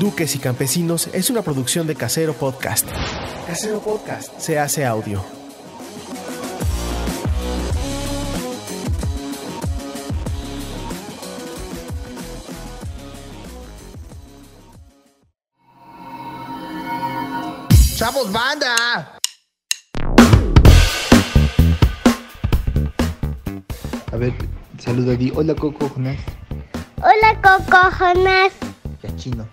Duques y Campesinos es una producción de Casero Podcast. Casero Podcast se hace audio. ¡Chavos, banda! A ver, saludo aquí. Hola Coco Jonás. Hola Coco Jonás. Ya chino.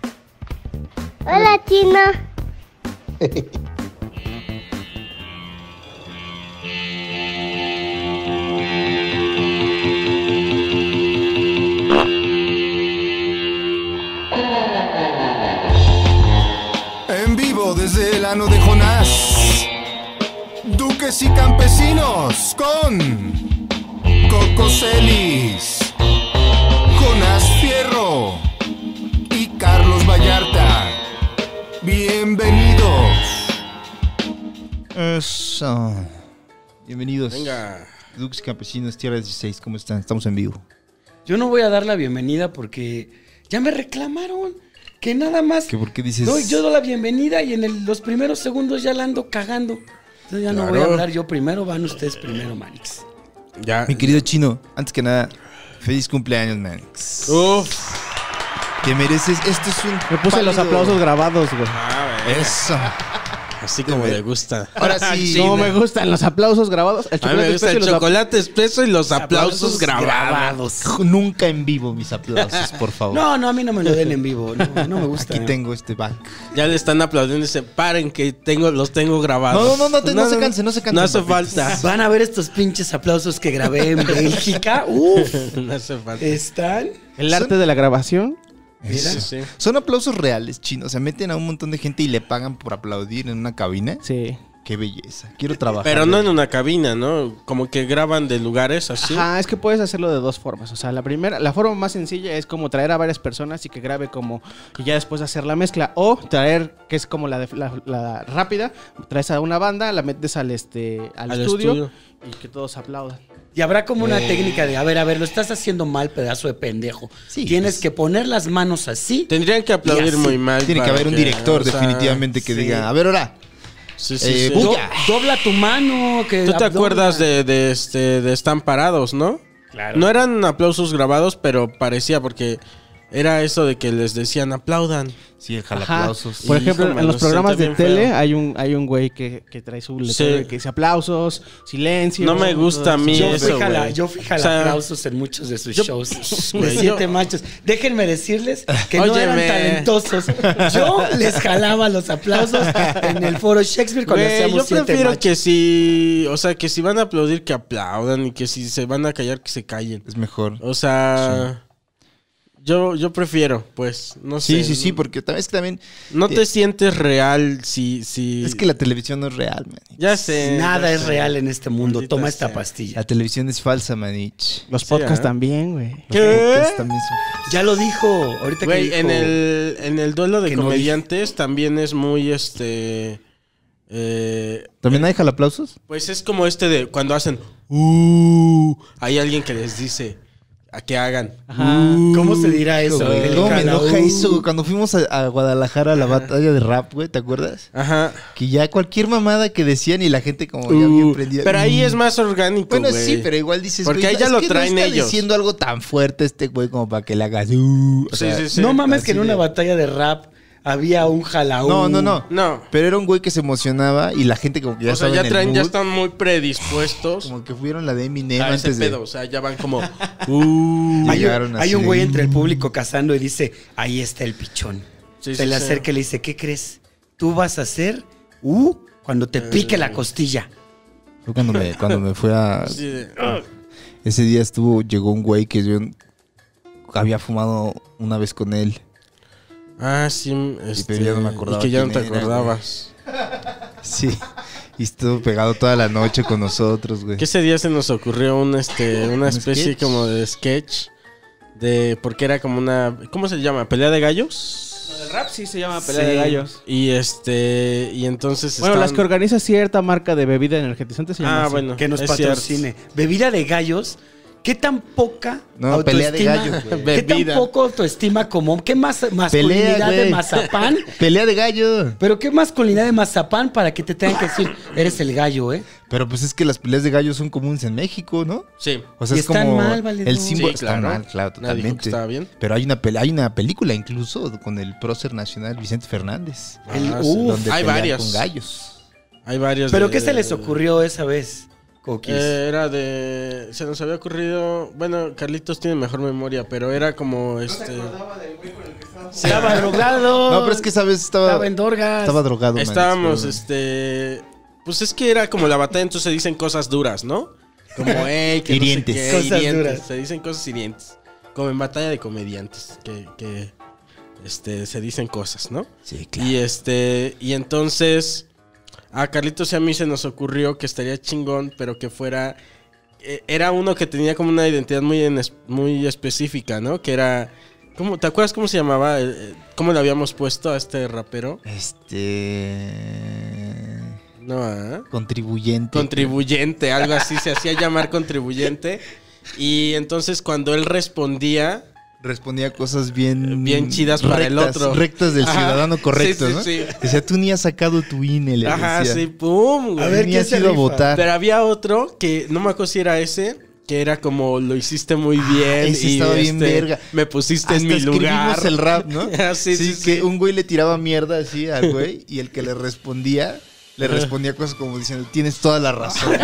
Hola Chino. En vivo desde el ano de Jonás. Duques y campesinos con Coco Celis, Jonás Fierro y Carlos Vallarta. Bienvenidos. Eso. Bienvenidos. Venga. Dux Campesinos, Tierra 16, ¿cómo están? Estamos en vivo. Yo no voy a dar la bienvenida porque ya me reclamaron que nada más. ¿Que por qué dices? Doy, yo doy la bienvenida y en el- los primeros segundos ya la ando cagando. Entonces ya no voy a Claro. hablar yo primero, van ustedes primero, Manix. Ya. Mi querido chino, antes que nada, feliz cumpleaños, man. Uf. Te mereces. Esto es un. Me puse los pálido- aplausos grabados, güey. Eso. Así como le gusta. Ahora sí. No me gustan los aplausos grabados. El chocolate espeso y los ap- expreso y los aplausos grabados. Nunca en vivo mis aplausos, por favor. No, no, a mí no me lo den en vivo. No, no me gusta. Oh. Aquí tengo este back. Ya le están aplaudiendo y dicen, paren que tengo, los tengo grabados. No, no, no, no, te- no se canse, no se canse, No hace papitos. falta. Van a ver estos pinches aplausos que grabé en Bélgica. Uf. no hace falta. Están. El arte de la grabación. Eh, Mira. Sí, sí. Son aplausos reales, chino. O sea, meten a un montón de gente y le pagan por aplaudir en una cabina. Sí. Qué belleza. Quiero trabajar. Pero no en una cabina, ¿no? Como que graban de lugares así. Ajá, es que puedes hacerlo de dos formas. O sea, la primera, la forma más sencilla es como traer a varias personas y que grabe como y ya después hacer la mezcla. O traer, que es como la, de- la, la rápida, traes a una banda, la metes al este al, Al estudio, estudio. y que todos aplaudan. Y habrá como Eh. una técnica de, a ver, a ver, lo estás haciendo mal, pedazo de pendejo. Sí, Tienes pues. que poner las manos así. Tendrían que Y aplaudir así. muy mal. Tiene que para haber un director, o sea, definitivamente, que sí. diga, a ver, ahora. Sí, sí, eh, sí. bu- Do- Ya. dobla tu mano. Que ¿Tú te abdomen- acuerdas de, de este, de Están Parados, no? Claro. No eran aplausos grabados, pero parecía porque era eso de que les decían aplaudan. Sí, el Ajá. jalaplausos. Por Híjole, ejemplo, en los lo programas de siento bien tele feo. hay un hay un güey que, que trae su letrero Sí. que dice aplausos, silencio. No me gusta a mí Yo eso, fijala- güey. yo fijala O sea, aplausos en muchos de sus yo- shows. De güey, siete yo- machos. Déjenme decirles que no eran Óyeme. talentosos. Yo les jalaba los aplausos en el foro Shakespeare cuando Güey, hacíamos yo siete prefiero machos. que si, o sea, que si van a aplaudir que aplaudan y que si se van a callar que se callen. Es mejor. O sea, yo yo prefiero, pues, no Sí, sé. sí, sí, porque tam- es que también. No Eh, te sientes real si si Es que la televisión no es real, man. ya sé. Nada ya es sé. real en este mundo. Maldita Toma esta sea. pastilla. La televisión es falsa, manich. Los Sí, podcasts ¿eh? también, güey. Los ¿Qué? podcasts también son- Ya lo dijo. Ahorita Güey, Este que en dijo- el en el duelo de Que no comediantes también es muy este eh, ¿También hay jalaplausos? Pues es como este de cuando hacen uh, hay alguien que les dice a que hagan. uh, Ajá. ¿Cómo se dirá eso? Güey, El luego me jala- enoja uh. eso. güey. Cuando fuimos a, a Guadalajara a la batalla de rap, güey, ¿te acuerdas? Ajá. Uh, Que ya cualquier mamada que decían y la gente como ya bien prendida. Pero ahí Mm. es más orgánico. Bueno, güey. sí, pero igual dices. Porque güey, ahí ya es lo que traen no está ellos. diciendo algo tan fuerte este güey como para que le hagas. "Uh", o Sí, sea, sí, sí. no mames que en así una de- batalla de rap había un jalaú. No, no, no. No. Pero era un güey que se emocionaba y la gente como que ya o sea, estaba ya en el traen, ya mood, están muy predispuestos Como que fueron la de Eminem a ese antes de. pedo. O sea, ya van como. "Uh", Hay, llegaron un- hay así un de, güey entre el "Uh". público cazando y dice, ahí está el pichón. Sí, se sí, le sí. acerca y le dice, ¿qué crees? Tú vas a hacer uh, cuando Eh, te pique la costilla. Fue cuando me, cuando me fui a. así de- Ese día estuvo, llegó un güey que yo había fumado una vez con él. Ah, sí. Este, ya no me acordaba y que ya no te quién era, acordabas. Sí. Y estuvo pegado toda la noche con nosotros, güey. Que ese día se nos ocurrió un, este, una ¿Un especie sketch? como de sketch. De, porque era como una. ¿Cómo se llama? ¿Pelea de gallos? El rap sí se llama Sí. Y este. Y entonces. Bueno, las estaban- que organiza cierta marca de bebida energizante se llama Ah, así. bueno. que nos es cierto. patrocine. Bebida de gallos ¿Qué tan poca No, pelea de gallos, güey. ¿Qué tan Bebida. poco autoestima común? ¿Qué más masculinidad de güey. mazapán? Pelea de gallo. Pero qué masculinidad de mazapán para que te tengan que decir, eres el gallo, ¿eh? Pero pues es que las peleas de gallos son comunes en México, ¿no? Sí. O sea, Y es están como mal, valedor. el símbolo Sí, está claro. mal, claro, Nadie dijo que totalmente. estaba bien. Pero hay una pel- hay una película incluso con el prócer nacional Vicente Fernández, El- Ah, sí. uh, donde hay pelean varias. con gallos. Hay varios. ¿Pero de- qué se les ocurrió esa vez, Coquis? Eh, era de. Se nos había ocurrido. Bueno, Carlitos tiene mejor memoria, pero era como este. estaba drogado. No, pero es que esa vez estaba Estaba en Dorgas. estaba drogado, man, Estábamos, pero- este. Pues es que era como la batalla, entonces se dicen cosas duras, ¿no? Como, hey, que. Hirientes. No sé qué, Cosas hirientes. duras. Se dicen cosas hirientes. Como en batalla de comediantes, que. que, este, se dicen cosas, ¿no? Sí, claro. Y este. Y entonces. A Carlitos y a mí se nos ocurrió que estaría chingón, pero que fuera. eh, Era uno que tenía como una identidad muy, en es- muy específica, ¿no? Que era. ¿cómo, ¿Te acuerdas cómo se llamaba? Eh, eh, ¿Cómo le habíamos puesto a este rapero? Este No, ¿ah? contribuyente. Contribuyente, algo así se hacía llamar contribuyente. Y entonces cuando él respondía, respondía cosas bien Bien chidas para el Mm, rectas, otro. rectas del Ajá. ciudadano correcto, Sí, sí, ¿no? sí. Decía, tú ni has sacado tu INE, le ajá, decía. sí, pum, güey. A ver, ni has ido a votar. Pero había otro que no me acuerdo si era ese, que era como lo hiciste muy bien. Ah, ese y este, estaba bien verga. Me pusiste Hasta en mi escribimos lugar. el rap, ¿no? Ah, sí, sí, que sí. un güey le tiraba mierda así al güey y el que le respondía le respondía cosas como diciendo, tienes toda la razón.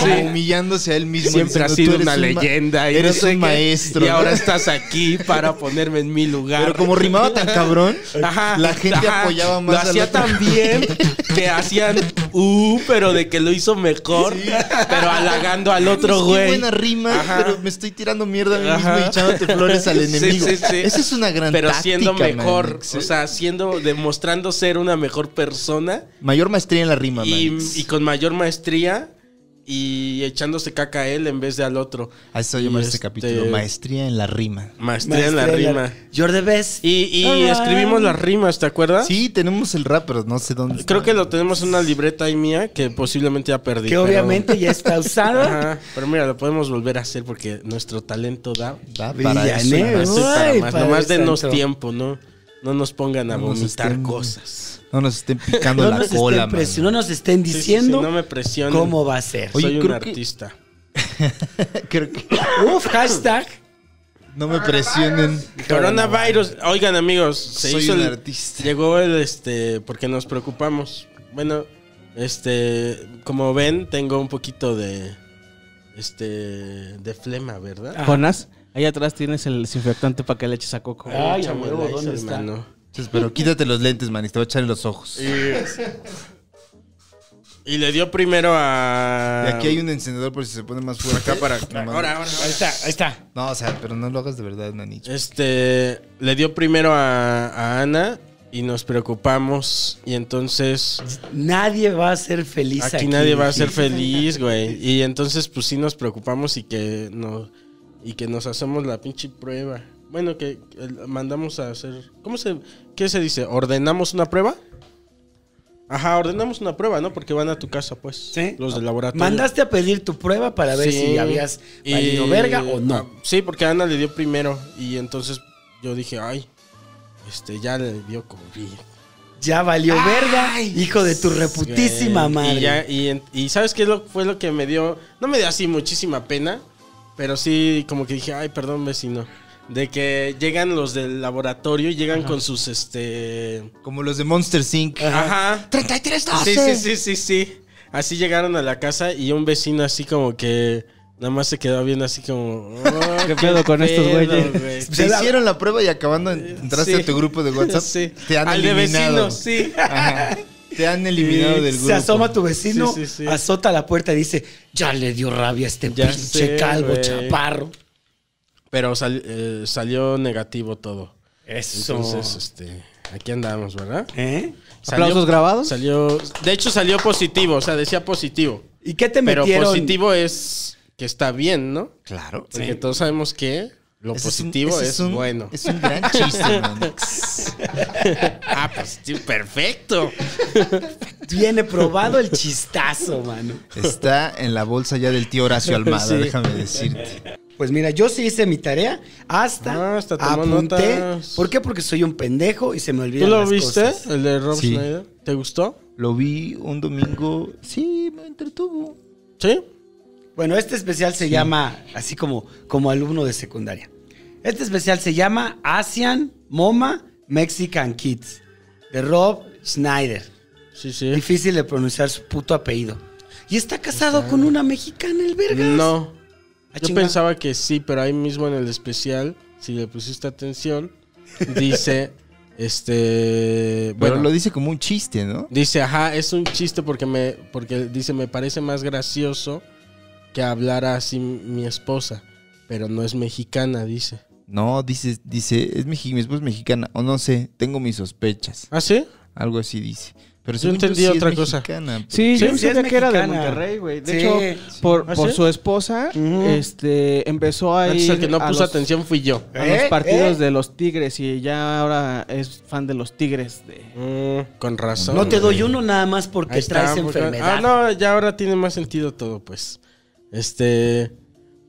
Como humillándose a él mismo. Siempre diciendo, has "Tú sido eres una un ma- leyenda. Y no eres sé qué, un maestro. Y ahora ¿no? estás aquí para ponerme en mi lugar. Pero como rimaba tan cabrón, Ajá, la gente ajá. apoyaba más Lo al hacía otro. tan bien que hacían uh, pero de que lo hizo mejor, pero halagando al Es otro que güey. buena rima, Ajá. pero me estoy tirando mierda a mí Ajá. mismo y echándote flores al Sí, enemigo. sí, sí. Esa es una gran Pero siendo táctica, man. mejor, Sí. o sea, siendo, demostrando ser una mejor persona mayor maestría en la rima, y, man. y con mayor maestría y echándose caca a él en vez de al otro. A eso llamar este Y, capítulo, este, maestría en la rima. Maestría en la Ah. rima. You're the best. Y, y Alright. escribimos las rimas, ¿te acuerdas? Sí, tenemos el rap, pero no sé dónde. ¿Ah? Creo está. que lo tenemos en una libreta ahí mía que posiblemente ya perdí. que pero- obviamente ya está usado. Ajá, pero mira, lo podemos volver a hacer porque nuestro talento da Va para eso, Villanero. nada más, más. y para Ay, más. Padre Nomás denos Santo. tiempo, ¿no? No nos pongan a No nos vomitar estén- cosas. No nos estén picando No la nos, cola, estén man. presi- no nos estén Sí, sí, sí, diciendo no me presionen. cómo va a ser. Oye, Soy un creo que- artista. Creo que Uf, hashtag. no me presionen. Coronavirus. Oigan, amigos, se Soy hizo un el- artista. Llegó el este porque nos preocupamos. Bueno, este, como ven, tengo un poquito de este de flema, ¿verdad? Jonás, ahí atrás tienes el desinfectante para que le eches a Coco. Ay, a Échamela, huevo, ¿dónde esa, está? hermano. Entonces, pero quítate los lentes, man, y te voy a echar en los ojos. Y Y le dio primero a aquí hay un encendedor por si se pone más fuerte. ah. acá para No, man. Ahora, ahora, ahora. Ahí está, ahí está. No, o sea, pero no lo hagas de verdad, manicho. Este, le dio primero a, a Ana y nos preocupamos y entonces Nadie va a ser feliz aquí. aquí, nadie va a aquí. ser feliz, güey. Y entonces pues sí nos preocupamos y que no y que nos hacemos la pinche prueba. Bueno, que eh, mandamos a hacer ¿Cómo se qué se dice? ¿Ordenamos una prueba? Ajá, ordenamos una prueba, ¿no? Porque van a tu casa, pues. Sí. Los del laboratorio. Mandaste a pedir tu prueba para ver Sí. si habías Y- valido verga o Ah, no. Sí, porque Ana le dio primero y entonces yo dije, ay, este, ya le dio COVID. Ya valió verga, hijo de tu reputísima Güey, madre. Y, ya- y en- y ¿sabes qué lo- fue lo que me dio? No me dio así muchísima pena, pero sí como que dije, ay, perdón, vecino. De que llegan los del laboratorio y llegan con sus, este... Como los de Monster Inc. Ah, Ajá. 33 Sí, sí, sí, sí, sí. Así llegaron a la casa y un vecino así como que... Nada más se quedó viendo así como... oh, ¿Qué pedo con estos güeyes? güey. Se hicieron la prueba y acabando entraste Sí. a tu grupo de WhatsApp. Sí. Te han Al de eliminado. vecinos, sí. Ajá. Te han eliminado del grupo. Se asoma tu vecino, Sí, sí, sí. azota la puerta y dice, ya le dio rabia a este Ya pinche sé, calvo güey. chaparro. Pero sal- eh, salió negativo todo. Eso. Entonces, este, aquí andamos, ¿verdad? ¿Eh? ¿Aplausos grabados? Salió, de hecho salió positivo, o sea, decía positivo. ¿Y qué te Pero metieron? positivo es que está bien, ¿no? Claro. Porque todos sabemos que lo Ese positivo un- ese es, un- bueno. Es un gran chiste, man. Ah, positivo, perfecto. Viene probado el chistazo, mano. Está en la bolsa ya del tío Horacio Almada, déjame decirte. Pues mira, yo sí hice mi tarea hasta, Ah, hasta tomó apunté. notas. ¿Por qué? Porque soy un pendejo y se me ¿Tú olvidan lo las viste? cosas. El de Rob Sí. Schneider. ¿Te gustó? Lo vi un domingo. Sí, me entretuvo. ¿Sí? Bueno, este especial se llama, así como, como alumno de secundaria. Este especial se llama Asian MoMA Mexican Kids, de Rob Schneider. Sí, sí. Difícil de pronunciar su puto apellido. Y está casado con una mexicana, el vergas. No. Ah, Yo chinga. pensaba que sí, pero ahí mismo en el especial, si le pusiste atención, dice, este, Pero bueno, lo dice como un chiste, ¿no? dice, ajá, es un chiste porque me, porque dice, me parece más gracioso que hablara así mi esposa, pero no es mexicana, dice. No, dice, dice, es mexi- mi esposa es mexicana. O no sé, tengo mis sospechas. ¿Ah, sí? Algo así dice. Pero Yo según entendí sí es otra cosa. mexicana. Sí, Sí, yo sí, sabía es que era de mexicana. Monterrey, güey. De Sí. hecho, por, ¿Ah, por sí? su esposa, Ujú. este, empezó a Antes ir el que no a puso los- atención fui yo. a los ¿Eh? partidos ¿Eh? de los Tigres y ya ahora es fan de los Tigres. de- Mm, con razón. No te doy güey. uno nada más porque Ahí está, traes porque- enfermedad. Ah, no, ya ahora tiene más sentido todo, pues. Este.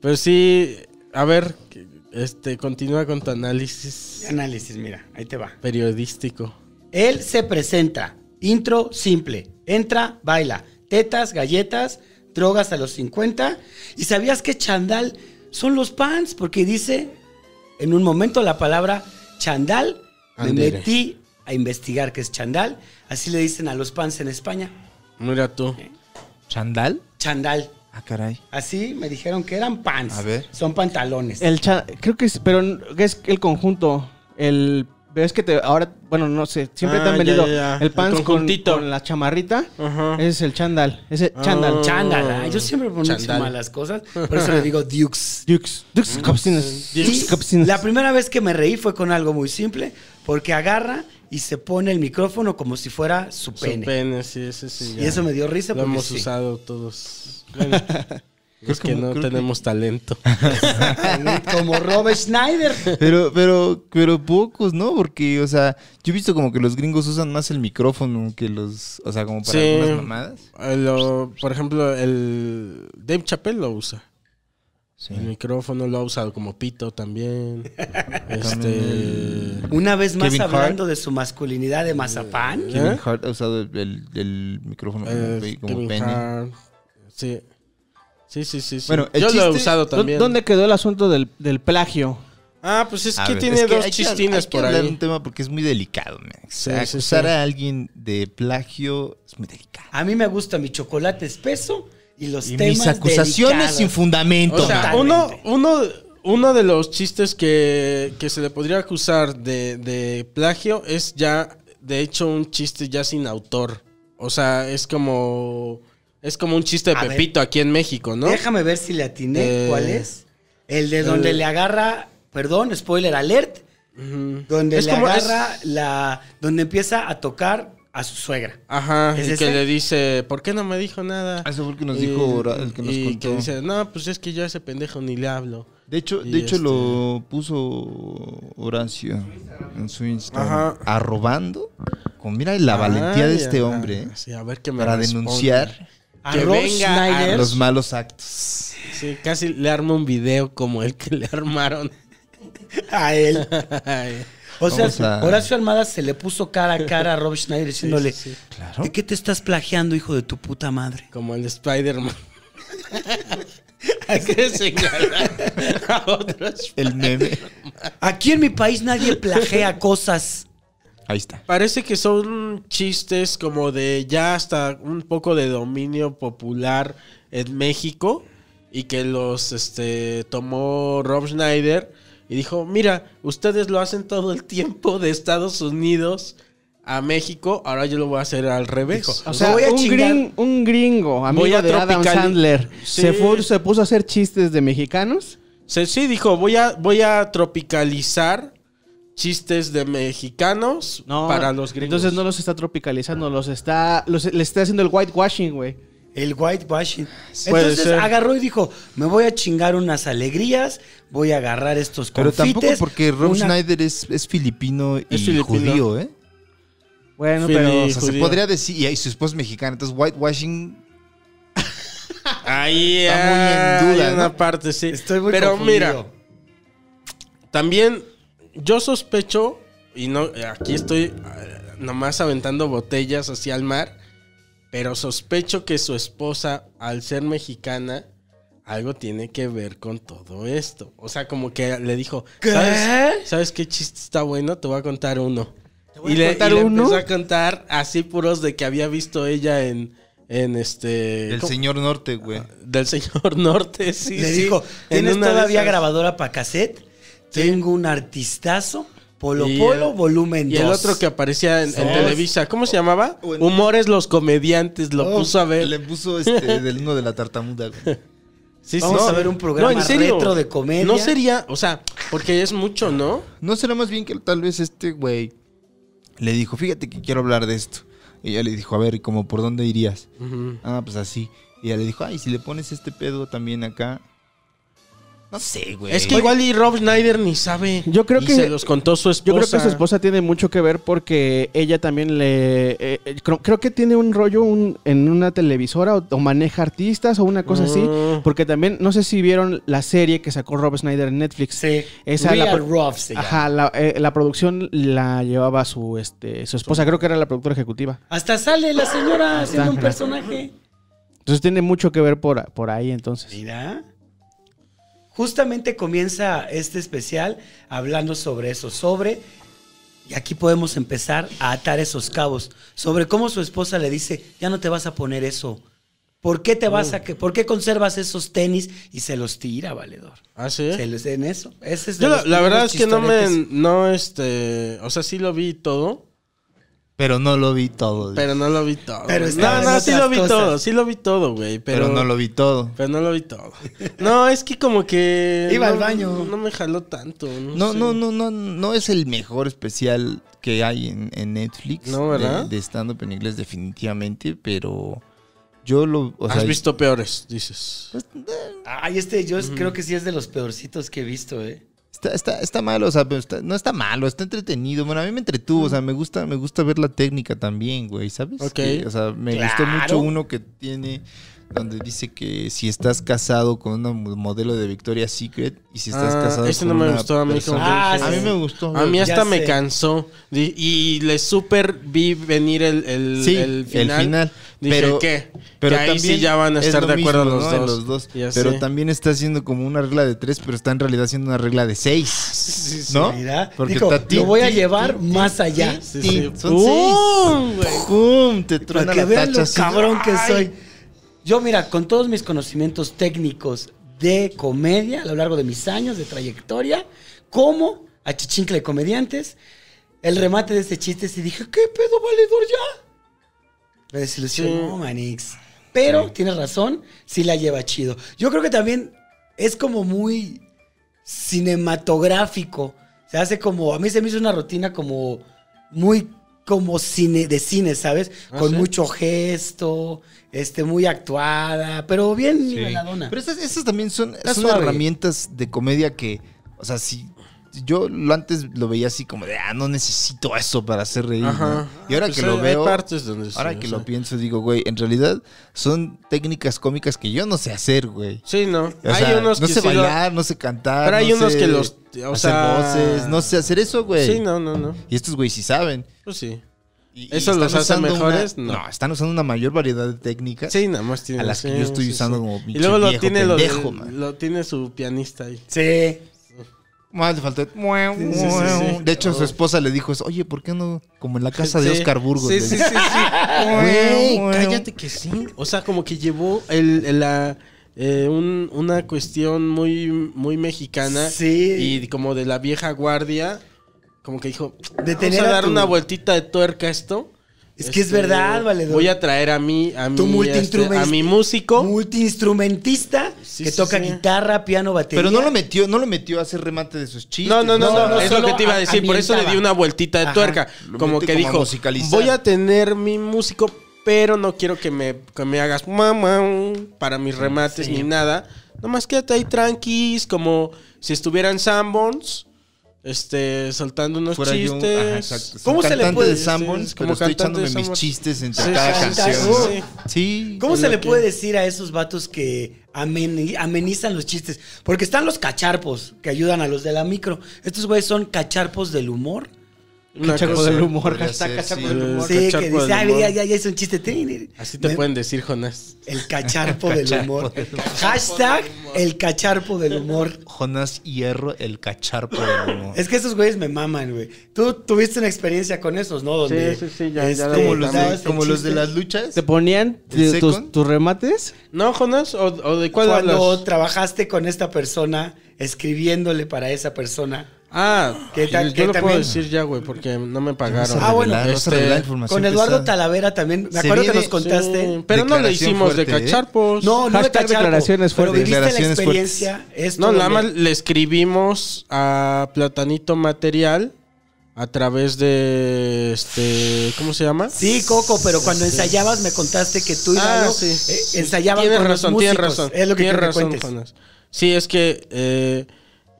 Pero sí, a ver, que- este, continúa con tu análisis Análisis, mira, ahí te va. periodístico. Él se presenta. Intro simple. Entra, baila. Tetas, galletas, drogas a los 50. ¿Y sabías que chandal son los pants? Porque dice en un momento la palabra chandal. Andere. Me metí a investigar qué es chandal. Así le dicen a los pants en España. Mira tú. pues. ¿Chandal? Chandal. Ah, caray. Así me dijeron que eran pants. A ver. Son pantalones. El cha- creo que es, pero n- es el conjunto, el ves que te ahora, bueno, no sé, siempre Ah, te han ya, vendido ya, ya. el pants El con, conjuntito. con la chamarrita, Ajá. ese es el chandal, ese Ah. chandal. Cha- Chandal. ah, Yo siempre pronuncio Chandal. mal las cosas. Por eso le digo dukes. Dukes, Mm. Dukes Copsines, Y Dukes Copsines. la primera vez que me reí fue con algo muy simple, porque agarra y se pone el micrófono como si fuera su Su pene. pene, sí, ese sí. Y ya. eso me dio risa Lo porque hemos sí. usado todos. Bueno, es que, que- no creo que- tenemos talento. como Robert Schneider. Pero, pero, pero pocos, ¿no? Porque, o sea, yo he visto como que los gringos usan más el micrófono que los. O sea, como para Sí. algunas mamadas. Eh, lo- por ejemplo, el Dave Chappelle lo usa. El micrófono lo ha usado como pito también. este. Una vez más Kevin Hart. hablando de su masculinidad de mazapán. ¿Eh? Kevin Hart ha usado el, el- el micrófono como, Eh, como Kevin pene. Hart. Sí. Sí, sí, sí. sí. Bueno, el Yo lo he chiste- usado ¿Dó- también. ¿Dónde quedó el asunto del, del plagio? Ah, pues es A que ver, tiene es que dos hay que- chistines hay que por hablar de ahí. un tema porque es muy delicado, man. O sea, Sí, sí, acusar sí. a alguien de plagio es muy delicado. A mí me gusta mi chocolate espeso y los Y temas mis acusaciones delicados. sin fundamento. O sea, man. uno, Totalmente. uno, uno de los chistes que, que se le podría acusar de, de plagio es ya, de hecho, un chiste ya sin autor. O sea, es como. Es como un chiste de A ver. Pepito aquí en México, ¿no? Déjame ver si le atiné Eh, cuál es. El de donde el- le agarra, perdón, spoiler alert, Ujú. donde Es le como- es- agarra la donde empieza a tocar a su suegra. Ajá, ¿Es y que ese? le dice, ¿por qué no me dijo nada? Ah, Eso fue el que nos Y- dijo ahora, el que nos y contó. que dice, no, pues es que yo a ese pendejo ni le hablo. De hecho, Y de hecho este- lo puso Horacio en su Instagram. Ajá. Arrobando. Con mira la valentía de Ay, este ajá. hombre ¿eh? Sí, a ver que me para responde. denunciar A Que Rob venga Schneider. a los malos actos. Sí, casi le armo un video como el que le armaron. a él. O sea, Vamos a- Horacio Almada se le puso cara a cara a Rob Schneider diciéndole, Sí, sí, sí. Claro. ¿de qué te estás plagiando, hijo de tu puta madre? como el Spider-Man. Hay que señalar a otros. El meme. Aquí en mi país nadie plagia cosas. Ahí está. Parece que son chistes como de ya hasta un poco de dominio popular en México y que los este tomó Rob Schneider y dijo, "Mira, ustedes lo hacen todo el tiempo de Estados Unidos a México, ahora yo lo voy a hacer al revés." O sea, voy a un, chingar. gring- un gringo, amigo Voy a de Adam tropicali- Sandler, Sí. se, fue- se puso a hacer chistes de mexicanos. Se- sí, dijo, voy a, voy a tropicalizar chistes de mexicanos para los gringos. Entonces no los está tropicalizando, los está, los, le está haciendo el whitewashing, güey. El whitewashing. Puede Entonces ser. agarró y dijo, me voy a chingar unas alegrías, voy a agarrar estos Pero confites. tampoco porque Rob una- Schneider es, es filipino y Es filipino. judío, ¿eh? Bueno, Fili- pero... O sea, se judío. podría decir, y su esposa es mexicana, entonces whitewashing Ahí Está hay muy en duda, una ¿no? parte, sí. Estoy muy Pero confundido. mira, también yo sospecho, y no aquí estoy ah, nomás aventando botellas hacia el mar, pero sospecho que su esposa, al ser mexicana, algo tiene que ver con todo esto. O sea, como que le dijo, ¿Qué? ¿sabes, ¿sabes qué chiste está bueno? Te voy a contar uno. voy a y le, contar y le uno? empezó a contar así puros de que había visto ella en, en este... El ¿cómo? señor norte, güey. Del señor Norte, sí. Le sí. dijo, En ¿tienes una de todavía esas". grabadora para cassette? Tengo un artistazo, Polo Y Polo, el- volumen 2. Y el otro que aparecía en, en Dos. Televisa, ¿cómo se llamaba? O en- Humores los comediantes, lo Oh, puso a Le ver. puso este del uno de la tartamuda, güey. Sí, Vamos a ver un programa retro de comedia. No sería, o sea, porque es mucho, ¿no? ¿No será más bien que tal vez este güey le dijo, fíjate que quiero hablar de esto? Y ella le dijo, a ver, ¿y como por dónde irías? Ah, pues así. Y ella le dijo, ay, si le pones este pedo también acá. No sé, güey. Es que igual y Rob Schneider ni sabe. Yo creo Y que- se los contó su esposa. Yo creo que su esposa tiene mucho que ver porque ella también le... eh, eh, creo, creo que tiene un rollo un- en una televisora o, o maneja artistas o una cosa así. Mm. Porque también, no sé si vieron la serie que sacó Rob Snyder en Netflix. Sí. Esa Real la pro- Rough se llama. Ajá, la, eh, la producción la llevaba su, este, su esposa, creo que era la productora ejecutiva. Hasta sale la señora haciendo un mira. personaje. Entonces tiene mucho que ver por, por ahí entonces. Mira. Justamente comienza este especial hablando sobre eso, sobre, y aquí podemos empezar a atar esos cabos, sobre cómo su esposa le dice, ya no te vas a poner eso. ¿Por qué te vas a que, por qué conservas esos tenis y se los tira, valedor? Ah, sí. Se los en eso. Ese es de Yo la, los la verdad es primeros que no me. chistoretes. No, este. O sea, sí lo vi todo. Pero no lo vi todo. Pero no lo vi todo. Pero no, estaba no, en sí otras lo vi cosas. todo. Sí lo vi todo, güey. Pero, Pero no lo vi todo. Pero no lo vi todo. No, es que como que. Iba no- al baño. No me jaló tanto. No, No, sé. no, no, no, no es el mejor especial que hay en, en Netflix. No, ¿verdad? De, de stand-up en inglés, definitivamente, pero yo lo. o sea, Has visto peores, dices. pues, eh, Ay, este yo es- creo que sí es de los peorcitos que he visto, eh. está, está, está malo, o sea, pero está- no está malo, está entretenido. Bueno, a mí me entretuvo, o sea, me gusta, me gusta ver la técnica también, güey, ¿sabes? Ok. Que, o sea, me Claro. gustó mucho uno que tiene. Donde dice que si estás casado con una mo- modelo de Victoria's Secret y si estás Ah, casado ese con no me una gustó, a mí persona- como "Ah, que- Ah, a mí sí. me gustó. A mí güey. Ya hasta me sé. cansó. Di- Y le súper vi venir el, el, Sí, el final. Dije, pero, ¿qué? Pero Que ahí también sí ya van a es estar lo de acuerdo mismo, los, ¿no? dos. En los dos. Ya Pero sé. también está haciendo como una regla de tres, pero está en realidad haciendo una regla de seis. Sí, sí, ¿No? Mira, Porque dijo, está ti, lo voy a ti, llevar ti, más ti, allá. ti, Sí, ti. sí. Son ¡Pum, seis. ¡Pum! Te Para truena que la vean tacha lo así. cabrón que ¡Ay! soy. Yo, mira, con todos mis conocimientos técnicos de comedia a lo largo de mis años de trayectoria, como a Chichincle de Comediantes, el remate de este chiste, sí dije, ¿qué pedo, valedor ya? Me desilusionó, Sí. Manix. Pero tienes razón, sí la lleva chido. Yo creo que también es como muy cinematográfico. Se hace como, a mí se me hizo una rutina como muy como cine de cine, ¿sabes? Ah, Con ¿sí? mucho gesto, este muy actuada, pero bien niveladona. Pero esas, esas también son, Está son suave. herramientas de comedia que, o sea, si yo lo antes lo veía así como de, ah, no necesito eso para hacer reír. Ajá. ¿no? Y ahora Pues que hay- lo hay veo, partes donde sí, ahora o que sea. lo pienso, digo, güey, en realidad son técnicas cómicas que yo no sé hacer, güey. Sí, no. O hay sea, unos no que sé sí lo- bailar, no sé cantar. Pero hay no unos sé que los- o hacer sea- voces, no sé hacer eso, güey. Sí, no, no, no. Y estos güey sí saben. Pues sí. Y- y ¿Eso están los hace usando una- mejores? no. No. están usando una mayor variedad de técnicas. Sí, nada más tiene. A las que sí, yo estoy sí, usando sí. como Y pinche luego lo viejo tiene lo, de- pendejo, man. lo tiene su pianista ahí. Sí. Más le faltó. sí, sí. De hecho, su esposa le dijo eso. Oye, ¿por qué no? Como en la casa de Sí. Oscar Burgos. Sí, le sí, sí, dijo. sí. Güey, cállate que sí. O sea, como que llevó el, el- la, eh, un- una cuestión muy, muy mexicana. Sí. Y como de la vieja guardia. Como que dijo, De vamos tener a a dar tu- una vueltita de tuerca a esto. Este, Es que es verdad, valedor. Voy a traer a mí, a Tu mi, este, multiinstrumen- a mi músico. Multiinstrumentista Sí, que sí, toca sí. guitarra, piano, batería. Pero no lo metió, no lo metió a hacer remate de sus chistes. No, no, no, no, No, no, es lo que te iba a solo decir. Por eso le di ambientaba. una vueltita de Ajá. tuerca. Lo Como mete que como a dijo, musicalizar. voy a tener mi músico, pero no quiero que me, que me hagas mamá para mis remates ni nada. Nomás quédate ahí tranquis, como si estuvieran Sanborns. este, soltando unos Fuera yo chistes. un- ajá, exacto. ¿Cómo Soy se le cantante puede de decir? Sanborns, Como pero estoy cantante echándome de mis Sanborns. chistes entre Sí, cada sí, canción. sí, ¿no? sí. Sí. ¿Cómo Es se lo le que- puede decir a esos vatos que ameni- amenizan los chistes? Porque están los cacharpos que ayudan a los de la micro. Estos güeyes son cacharpos del humor. Una Cachaco cosa- del humor, podría hashtag ser, cachaco sí. del humor. Los sí, que cacharpos dice, del ay, humor". ya, ya, ya hice un chiste. Tin, tin. Así te Me- pueden decir, Jonás. El cacharpo del humor. Hashtag el cacharpo del humor. Jonas Hierro, el cacharpo del humor. Es que esos güeyes me maman, güey. Tú tuviste una experiencia con esos, ¿no? Donde, Sí, sí, sí, ya- ya este, lo como los de, dabas el como los de chiste. las luchas. ¿Te ponían ¿El tus- second? tus remates? No, Jonás, ¿o, o de cuál Cuando hablas? trabajaste con esta persona, escribiéndole para esa persona. Ah, ¿Qué tal- yo qué lo puedo también? decir ya, güey, porque no No me se pagaron. revela, Ah, bueno, no se este, revela información Con Eduardo pesada. Talavera también. Me Se acuerdo que viene- nos contaste. Sí, pero no lo Declaración hicimos de fuerte, ¿eh? cachar No, no de Hashtag cacharpo, declaraciones pero fuertes. viviste la Declaraciones fuertes. experiencia. Esto No, nada donde- más le escribimos a Platanito Material a través de este, ¿cómo se llama? Sí, Coco, pero cuando ensayabas me contaste que tú y Ah, Lalo, sí. eh, ensayaban Este. Tienes con razón, los tienes músicos. razón. Es lo que tienes quiero que razón, cuentes. Jonas. Sí, es que eh,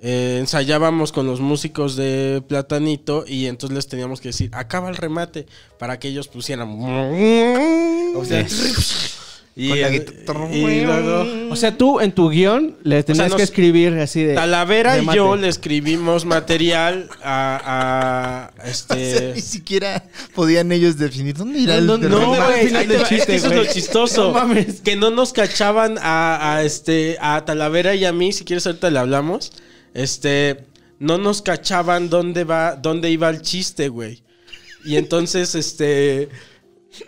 eh, ensayábamos con los músicos de Platanito y entonces les teníamos que decir, acaba el remate, para que ellos pusieran. O sea, Este. y, Con la eh, guitarra. y luego, Mm. O sea, tú en tu guión le tenías nos- que escribir así de. Talavera de y mate. yo le escribimos material a, a, este. Ni siquiera podían ellos definir dónde irá el No, no, No, mames, güey, final ahí te del va, es chiste, que eso es lo güey. chistoso. No mames. Que no nos cachaban a, a, este a Talavera y a mí, si quieres ahorita le hablamos. Este, no nos cachaban dónde va dónde iba el chiste, güey. Y entonces este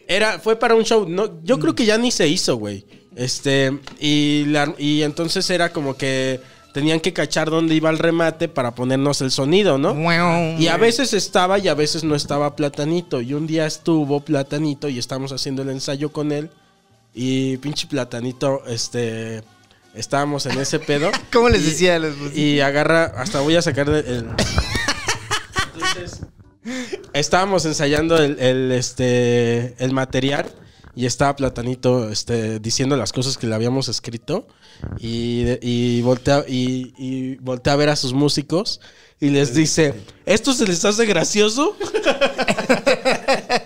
era fue para un show, no yo creo que ya ni se hizo, güey. Este, y la- y entonces era como que tenían que cachar dónde iba el remate para ponernos el sonido, ¿no? Y a veces estaba y a veces no estaba Platanito. Y un día estuvo Platanito y estábamos haciendo el ensayo con él. Y pinche Platanito, este. Estábamos en ese pedo. ¿Cómo les Y- decía a los músicos? Y agarra. Hasta voy a sacar de- el. Entonces. Estábamos ensayando el, el, este, el material. Y estaba Platanito este, diciendo las cosas que le habíamos escrito. Y, de- y, voltea, y, y voltea a ver a sus músicos. Y les dice: ¿Esto se les hace gracioso?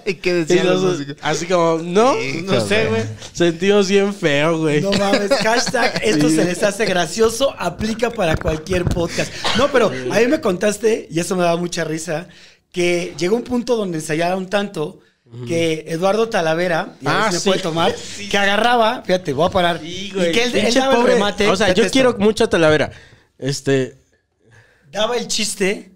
¿Y ¿Qué Y decían los los- músicos? así como, no, Híjole. no sé, güey. Sentimos bien feo, güey. No mames, hashtag, esto se les hace gracioso, aplica para cualquier podcast. No, pero a mí me contaste, y eso me daba mucha risa, que llegó un punto donde ensayaron tanto que Eduardo Talavera, y a ver Ah, si me sí. puede tomar, que agarraba, fíjate, voy a parar, y que él, él Pinche daba el remate. O sea, fíjate yo esto, quiero mucho a Talavera. Este, Daba el chiste,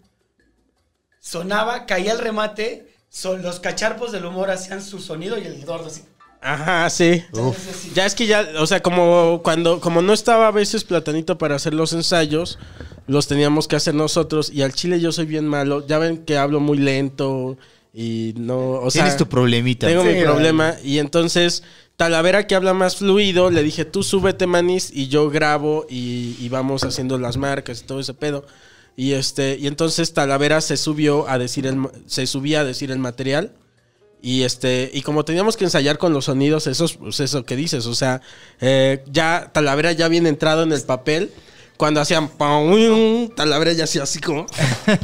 sonaba, caía el remate, son, los cacharpos del humor hacían su sonido y el Eduardo así. ajá, sí. Uf. Ya es que ya, o sea, como cuando como no estaba a veces Platanito para hacer los ensayos, los teníamos que hacer nosotros. Y al chile yo soy bien malo. Ya ven que hablo muy lento y no, o sea... Tienes tu problemita. Tengo mi Sí, problema. Y entonces, Talavera que habla más fluido, le dije, tú súbete, manis, y yo grabo y, y vamos haciendo las marcas y todo ese pedo. Y este, y entonces Talavera se subió a decir el ma- se subía a decir el material. Y este, y como teníamos que ensayar con los sonidos, esos, pues eso que dices, o sea, eh, ya Talavera ya bien entrado en el papel. Cuando hacían paum, Talavera ya hacía así como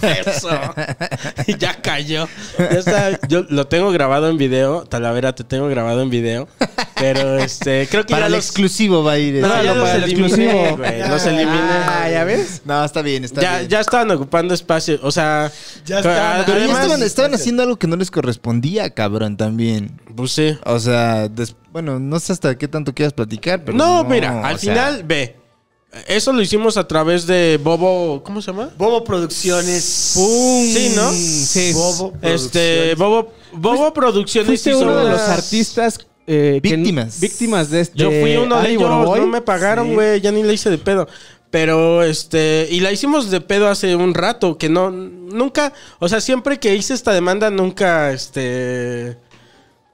eso. Y ya cayó. Ya está, yo lo tengo grabado en video, Talavera, te tengo grabado en video. Pero este, creo que Para ya el los, exclusivo va a ir. No, este. ya los eliminé, güey, los eliminé. Ah, ¿ya ves? No, está bien, está ya, bien. ya estaban ocupando espacio. O sea, ah, Ya estaban- Pero ya Además- estaban, estaban haciendo algo que no les correspondía, cabrón, también. pues sí. O sea, des- bueno, no sé hasta qué tanto quieras platicar, pero. No, mira, o al sea, final, ve. Eso lo hicimos a través de Bobo. ¿Cómo se llama? Bobo Producciones. Sí, ¿no? Sí. Bobo Producciones. Este, Bobo, Bobo Producciones Fuiste hizo uno de unas- los artistas. eh, que- Víctimas. víctimas de este. Yo fui uno de Ali ellos, Boroboy. no me pagaron, Sí. güey, ya ni le hice de pedo. Pero, este, y la hicimos de pedo hace un rato, que no, nunca, o sea, siempre que hice esta demanda, nunca, este,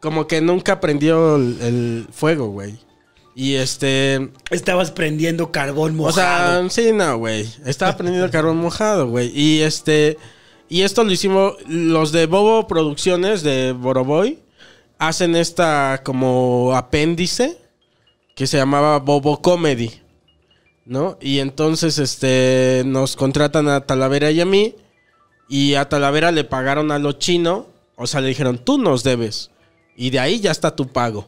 como que nunca prendió el, el fuego, güey. Y este, Estabas prendiendo carbón mojado. o sea, sí, no, güey. Estaba prendiendo carbón mojado, güey. Y este. Y esto lo hicimos. Los de Bobo Producciones de Boroboy hacen esta como apéndice que se llamaba Bobo Comedy. ¿No? Y entonces este nos contratan a Talavera y a mí. Y a Talavera le pagaron a lo chino. O sea, le dijeron, tú nos debes. Y de ahí ya está tu pago.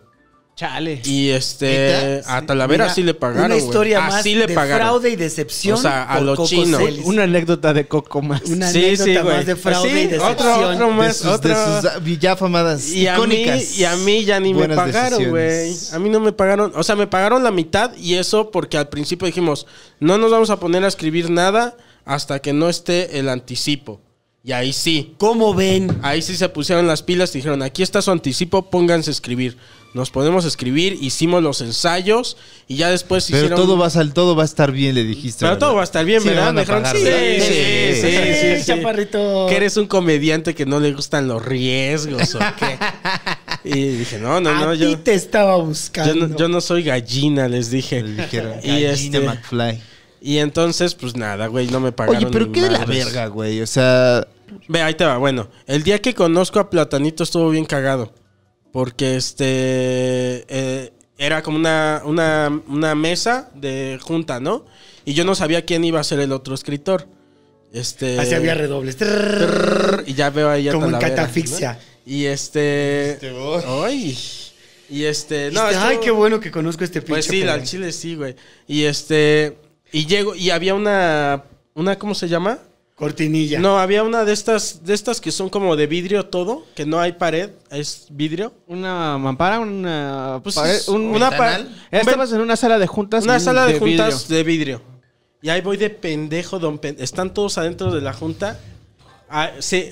Chale. Y este. ¿Neta? A Talavera Mira, sí le pagaron. Una güey. historia más Así le de pagaron. fraude y decepción. O sea, a por lo Coco chino. Celis. Una anécdota de Coco más. Una anécdota más de fraude y decepción. Otro, otro De más, sus, de otro. sus, ah, ya famadas Y a, mí, icónicas. y a mí ya ni Buenas me pagaron, güey. decisiones. A mí no me pagaron. O sea, me pagaron la mitad y eso porque al principio dijimos, no nos vamos a poner a escribir nada hasta que no esté el anticipo. Y ahí sí. ¿Cómo ven? Ahí sí se pusieron las pilas y dijeron, aquí está su anticipo, pónganse a escribir. Nos ponemos a escribir, hicimos los ensayos y ya después Pero hicieron... todo va, a sal- todo va a estar bien, le dijiste. Pero todo va a estar bien, Sí, me ¿verdad? van a Me dijeron, pagar, sí, ¿verdad? sí, sí, sí, sí, sí. chaparrito. Que eres un comediante que no le gustan los riesgos o qué. Y dije, no, no, no, a yo... ti te estaba buscando. Yo no, yo no soy gallina, les dije. Le dijeron, Y gallina este- McFly. Y entonces, pues nada, güey, no me pagaron. Oye, pero ni qué de la madres. verga, güey. O sea, Ve, ahí te va. Bueno, el día que conozco a Platanito estuvo bien cagado. Porque este. eh, era como una, una, una mesa de junta, ¿no? Y yo no sabía quién iba a ser el otro escritor. Este. Así Ah, había redobles. Trrr, y ya veo ahí a Como en Talavera, catafixia. ¿no? Y este. Este, voy. Ay. Y este. Dijiste, Ay, estuvo- qué bueno que conozco a este pinche. Pues sí, al pelón". chile sí, güey. Y este. Y llego. Y había una. Una, ¿cómo se llama? Cortinilla. No, había una de estas, de estas que son como de vidrio todo, que no hay pared, es vidrio. Una mampara, una. Pues pared, es un- un una ventanal. pa- Estabas en una sala mm, de juntas. Una sala de, juntas vidrio. de vidrio. Y ahí voy de pendejo, don pen- Están todos adentro de la junta. Ah, sí.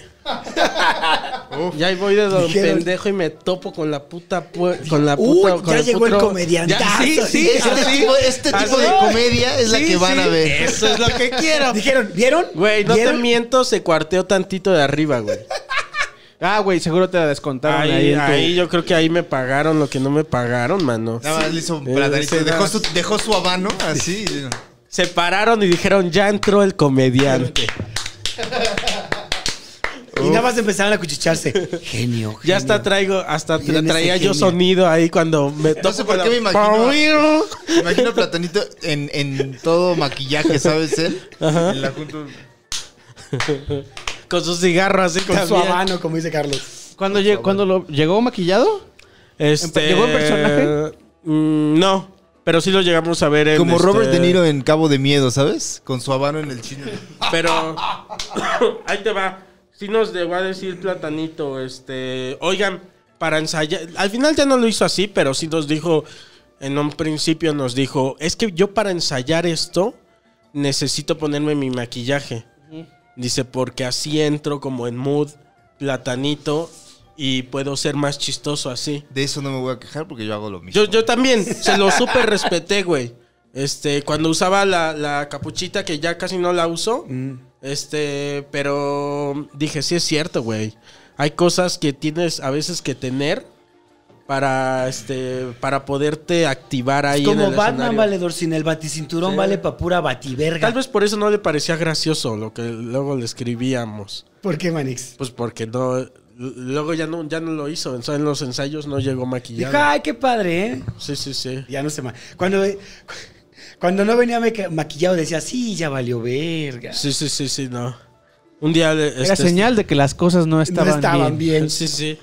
y ahí voy de don Dijeron- pendejo y me topo con la puta pu- con la Uy, puta. ya con llegó el putro- comediantazo. Ya- Sí, sí, este así. tipo, este tipo Así. de comedia es la Ah, Sí, que van sí, a ver. Eso es lo que quiero. Dijeron, ¿vieron? Güey, no ¿Vieron? te miento, se cuarteó tantito de arriba, güey. Ah, güey, seguro te la descontaron Ahí, ahí. en tu- ahí yo creo que ahí me pagaron lo que no me pagaron, mano. Nada más le hizo un Eh, platanito, sí, dejó nada. su, dejó su habano así. Se pararon y dijeron, ya entró el comediante. Y nada más empezaron a cuchicharse. Genio, genio. Ya hasta traigo, hasta tra- Miren ese traía yo genio. sonido ahí cuando me No sé por qué me imagino. Me imagino a platanito en, en todo maquillaje, ¿sabes él? En la junta. Con su cigarro así Con su también. habano, como dice Carlos. ¿Cuándo, lle- cuándo lo llegó maquillado? Este, ¿Llegó en personaje? mm, no, pero sí lo llegamos a ver en Como este- Robert De Niro en Cabo de Miedo, ¿sabes? Con su habano en el chino. Pero ahí te va. Sí nos llegó a decir Platanito, este, oigan, para ensayar, al final ya no lo hizo así, pero sí nos dijo, en un principio nos dijo, es que yo para ensayar esto necesito ponerme mi maquillaje. Dice, porque así entro como en mood Platanito y puedo ser más chistoso así. De eso no me voy a quejar porque yo hago lo mismo. Yo, yo también, se lo súper respeté, güey. Este, cuando usaba la, la capuchita, que ya casi no la uso, Mm. este, pero dije, sí es cierto, güey. Hay cosas que tienes a veces que tener para, este, para poderte activar ahí en Como el Batman escenario. valedor sin el baticinturón Sí. vale pa' pura bativerga. Tal vez por eso no le parecía gracioso lo que luego le escribíamos. ¿Por qué, Manix? Pues porque no... l- Luego ya no, ya no lo hizo. En en los ensayos no llegó Dijo, maquillado. ay, qué padre, ¿eh? Sí, sí, sí. Ya no se ma... Cuando, cuando no venía meca- maquillado decía, sí, ya valió verga. Sí, sí, sí, sí, no. Un día... le- Era este- señal de que las cosas no estaban, no estaban bien. bien. Sí, sí.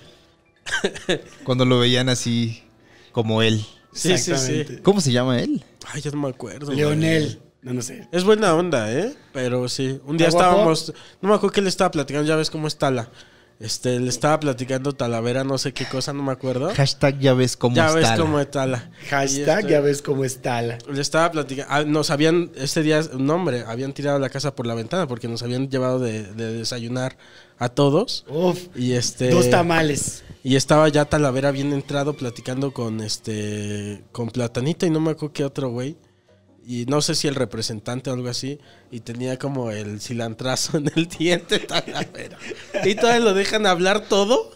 Cuando lo veían así como él. Sí, sí, Exactamente. ¿Cómo se llama él? Ay, yo no me acuerdo. güey. Leonel. No, no sé. Es buena onda, ¿eh? Pero sí. Un día ¿Está guapo? estábamos. No me acuerdo qué le estaba platicando. Ya ves cómo es Tala. Este, le estaba platicando Talavera, no sé qué cosa, no me acuerdo. Hashtag ya ves cómo Ya está. ves cómo es Tala. Hashtag, Y este- ya ves cómo está la... Le estaba platicando. ah, Nos habían. Este día, un hombre, habían tirado la casa por la ventana porque nos habían llevado de, de desayunar a todos. Uf, Y este. dos tamales. Y estaba ya Talavera bien entrado platicando con este con Platanito y no me acuerdo qué otro güey. Y no sé si el representante o algo así. Y tenía como el cilantrazo en el diente Talavera. Y todavía lo dejan hablar todo.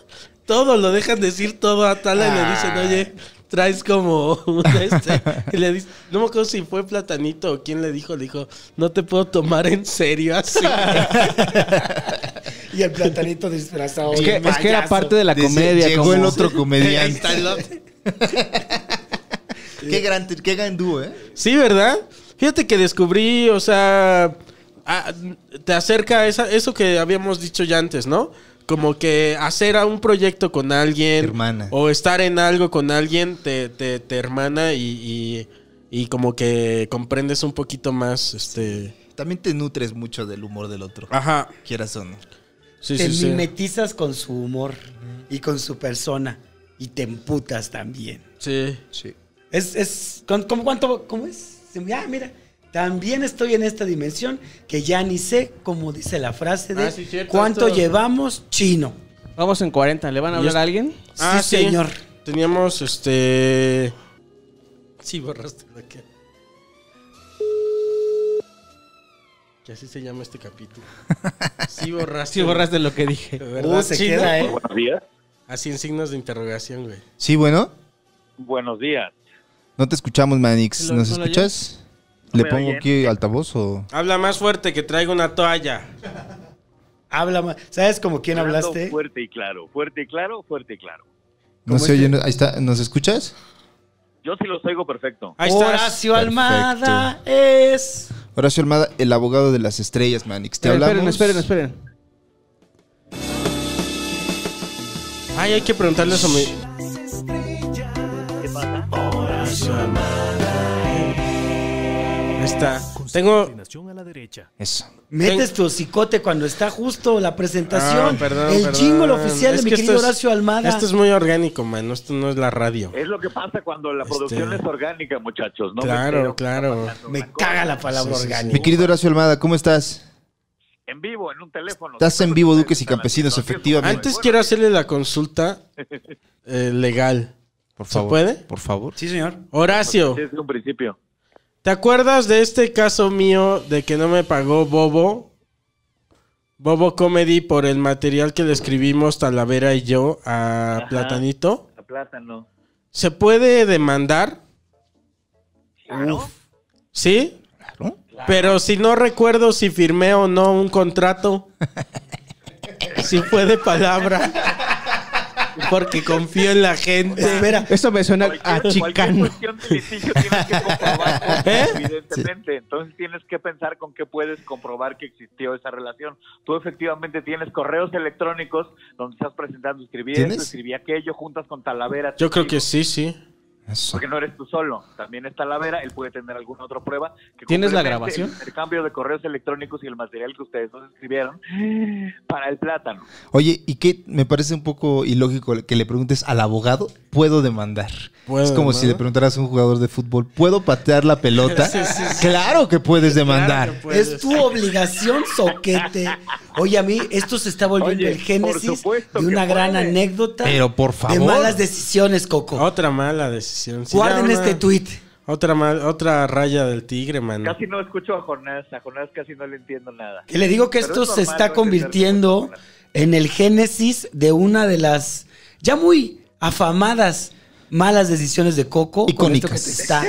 Todo, lo dejan decir todo a Tala y le dicen, oye, traes como un este. Y le dice, no me acuerdo si fue Platanito o quién le dijo, le dijo, no te puedo tomar en serio así. Y el platanito disfrazado. Es de que, es que era payaso. parte de la Dice, comedia. Llegó como- el otro Ahí comediante. está el otro. qué gran, qué gran dúo, ¿eh? Sí, ¿verdad? Fíjate que descubrí, o sea, ah, te acerca a esa- eso que habíamos dicho ya antes, ¿no? Como que hacer a un proyecto con alguien. Hermana. O estar en algo con alguien te, te- te hermana y, y- y como que comprendes un poquito más, este... También te nutres mucho del humor del otro. Ajá. Quieras o no. Sí, te sí, sí. mimetizas con su humor y con su persona y te emputas también. Sí. Es, es, ¿con- con cuánto, ¿Cómo es? Ah, mira, también estoy en esta dimensión que ya ni sé, como dice la frase de Ah, sí, cierto, cuánto esto- llevamos chino. Vamos en 40, ¿le van a Y hablar es- a alguien? Ah, sí, sí. señor. Teníamos, este... Sí, borraste la que... Que así se llama este capítulo. Sí, borraste. Si borras de lo que dije. ¿Verdad, Uh, se chino? queda, ¿eh? Buenos días. Así en signos de interrogación, güey. Sí, bueno. Buenos días. No te escuchamos, Manix. ¿Lo- ¿Nos no lo escuchas? No ¿Le me pongo oyen. aquí altavoz o...? Habla más fuerte que traigo una toalla. Habla más. ¿Sabes como quién Hablando hablaste? Fuerte y claro, fuerte y claro, fuerte y claro. No se oye. no- Ahí está. ¿Nos escuchas? Yo sí los oigo perfecto. Ahí estás. Horacio Almada es. Horacio Almada, el abogado de las estrellas, Manix. Te Esperen, hablamos. esperen, esperen, esperen. Ay, hay que preguntarle eso. mi- ¿Qué pasa? Ahí está. Tengo. Eso. Metes tu hocicote cuando está justo la presentación. Ah, perdón, el perdón. jingle oficial Es de mi que querido esto es- Horacio Almada. Esto es muy orgánico, mano. Esto no es la radio. Es lo que pasa cuando la Este- producción es orgánica, muchachos. Eh, No Me claro, entero. claro. Me caga la palabra Sí, sí, sí. orgánica. Mi querido Horacio Almada, ¿cómo estás? En vivo, en un teléfono. Estás en vivo, Duques y Están Campesinos, haciendo tiempo. efectivamente. Antes quiero hacerle la consulta eh, legal. Por ¿Se puede? Por favor. Sí, señor. Horacio, Desde un principio. ¿te acuerdas de este caso mío de que no me pagó Bobo? Bobo Comedy por el material que le escribimos Talavera y yo a Ajá. Platanito. A plátano. ¿Se puede demandar? ¿Sí? Claro. Pero si no recuerdo si firmé o no un contrato. si fue de palabra. Porque confío en la gente. Espera, Eso me suena a Cualquier- chicano. Cualquier cuestión de litigio tienes que comprobar, ¿Eh? evidentemente. Entonces tienes que pensar con qué puedes comprobar que existió esa relación. Tú efectivamente tienes correos electrónicos donde estás presentando, escribí ¿Tienes? esto, escribí aquello, juntas con Talavera. Yo creo que testigo. sí, sí. Eso. Porque no eres tú solo, también es Talavera, él puede tener alguna otra prueba. que ¿Tienes la complemente grabación? El intercambio de correos electrónicos y el material que ustedes nos escribieron para el plátano. Oye, ¿y qué? Me parece un poco ilógico que le preguntes al abogado, ¿puedo demandar? ¿Puedo es como si demandar? le preguntaras a un jugador de fútbol, ¿puedo patear la pelota? Sí, sí, sí. Claro que puedes demandar. Claro que puedes. es tu obligación, soquete. Oye, a mí esto se está volviendo Oye, el génesis por supuesto de una que gran puede. anécdota Pero por favor. de malas decisiones, Coco. Otra mala decisión. Sí, Guarden ya una- este tweet. Otra, mal- otra raya del tigre, mano. Casi no escucho a Jonás, a Jonás casi no le entiendo nada. Que le digo que Pero esto es se normal, está no entender convirtiendo cómo funciona. en el génesis de una de las ya muy afamadas malas decisiones de Coco. con esto que Icónicas. te está.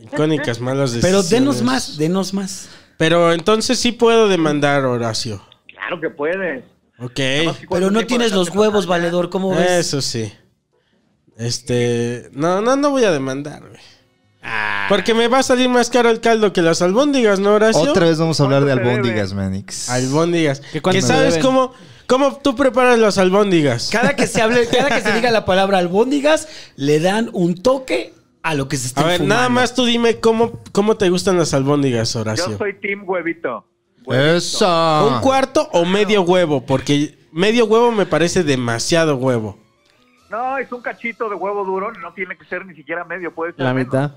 Icónicas malas Pero decisiones. denos más, denos más. Pero entonces sí puedo demandar, Horacio. Claro que puedes. Nada Ok. más que Pero ¿cuánto no tiempo tienes los dejaste huevos, pasar? valedor, ¿cómo ves? Eso sí. Este. No, no, no voy a demandar, güey. Ah. Porque me va a salir más caro el caldo que las albóndigas, ¿no, Horacio? Otra vez vamos a hablar de ¿Cuánto te albóndigas, Manix. Albóndigas. ¿Que Que, cuánto me sabes deben? cómo, cómo tú preparas las albóndigas. Cada que se hable, cada que se diga la palabra albóndigas, le dan un toque a lo que se está A ver, nada más tú dime cómo, cómo te gustan las albóndigas, Yo Horacio. soy Team Huevito. Eso. ¿Un cuarto o medio huevo? Porque medio huevo me parece demasiado huevo. No, es un cachito de huevo duro, no tiene que ser ni siquiera medio, puede ser La menos. mitad.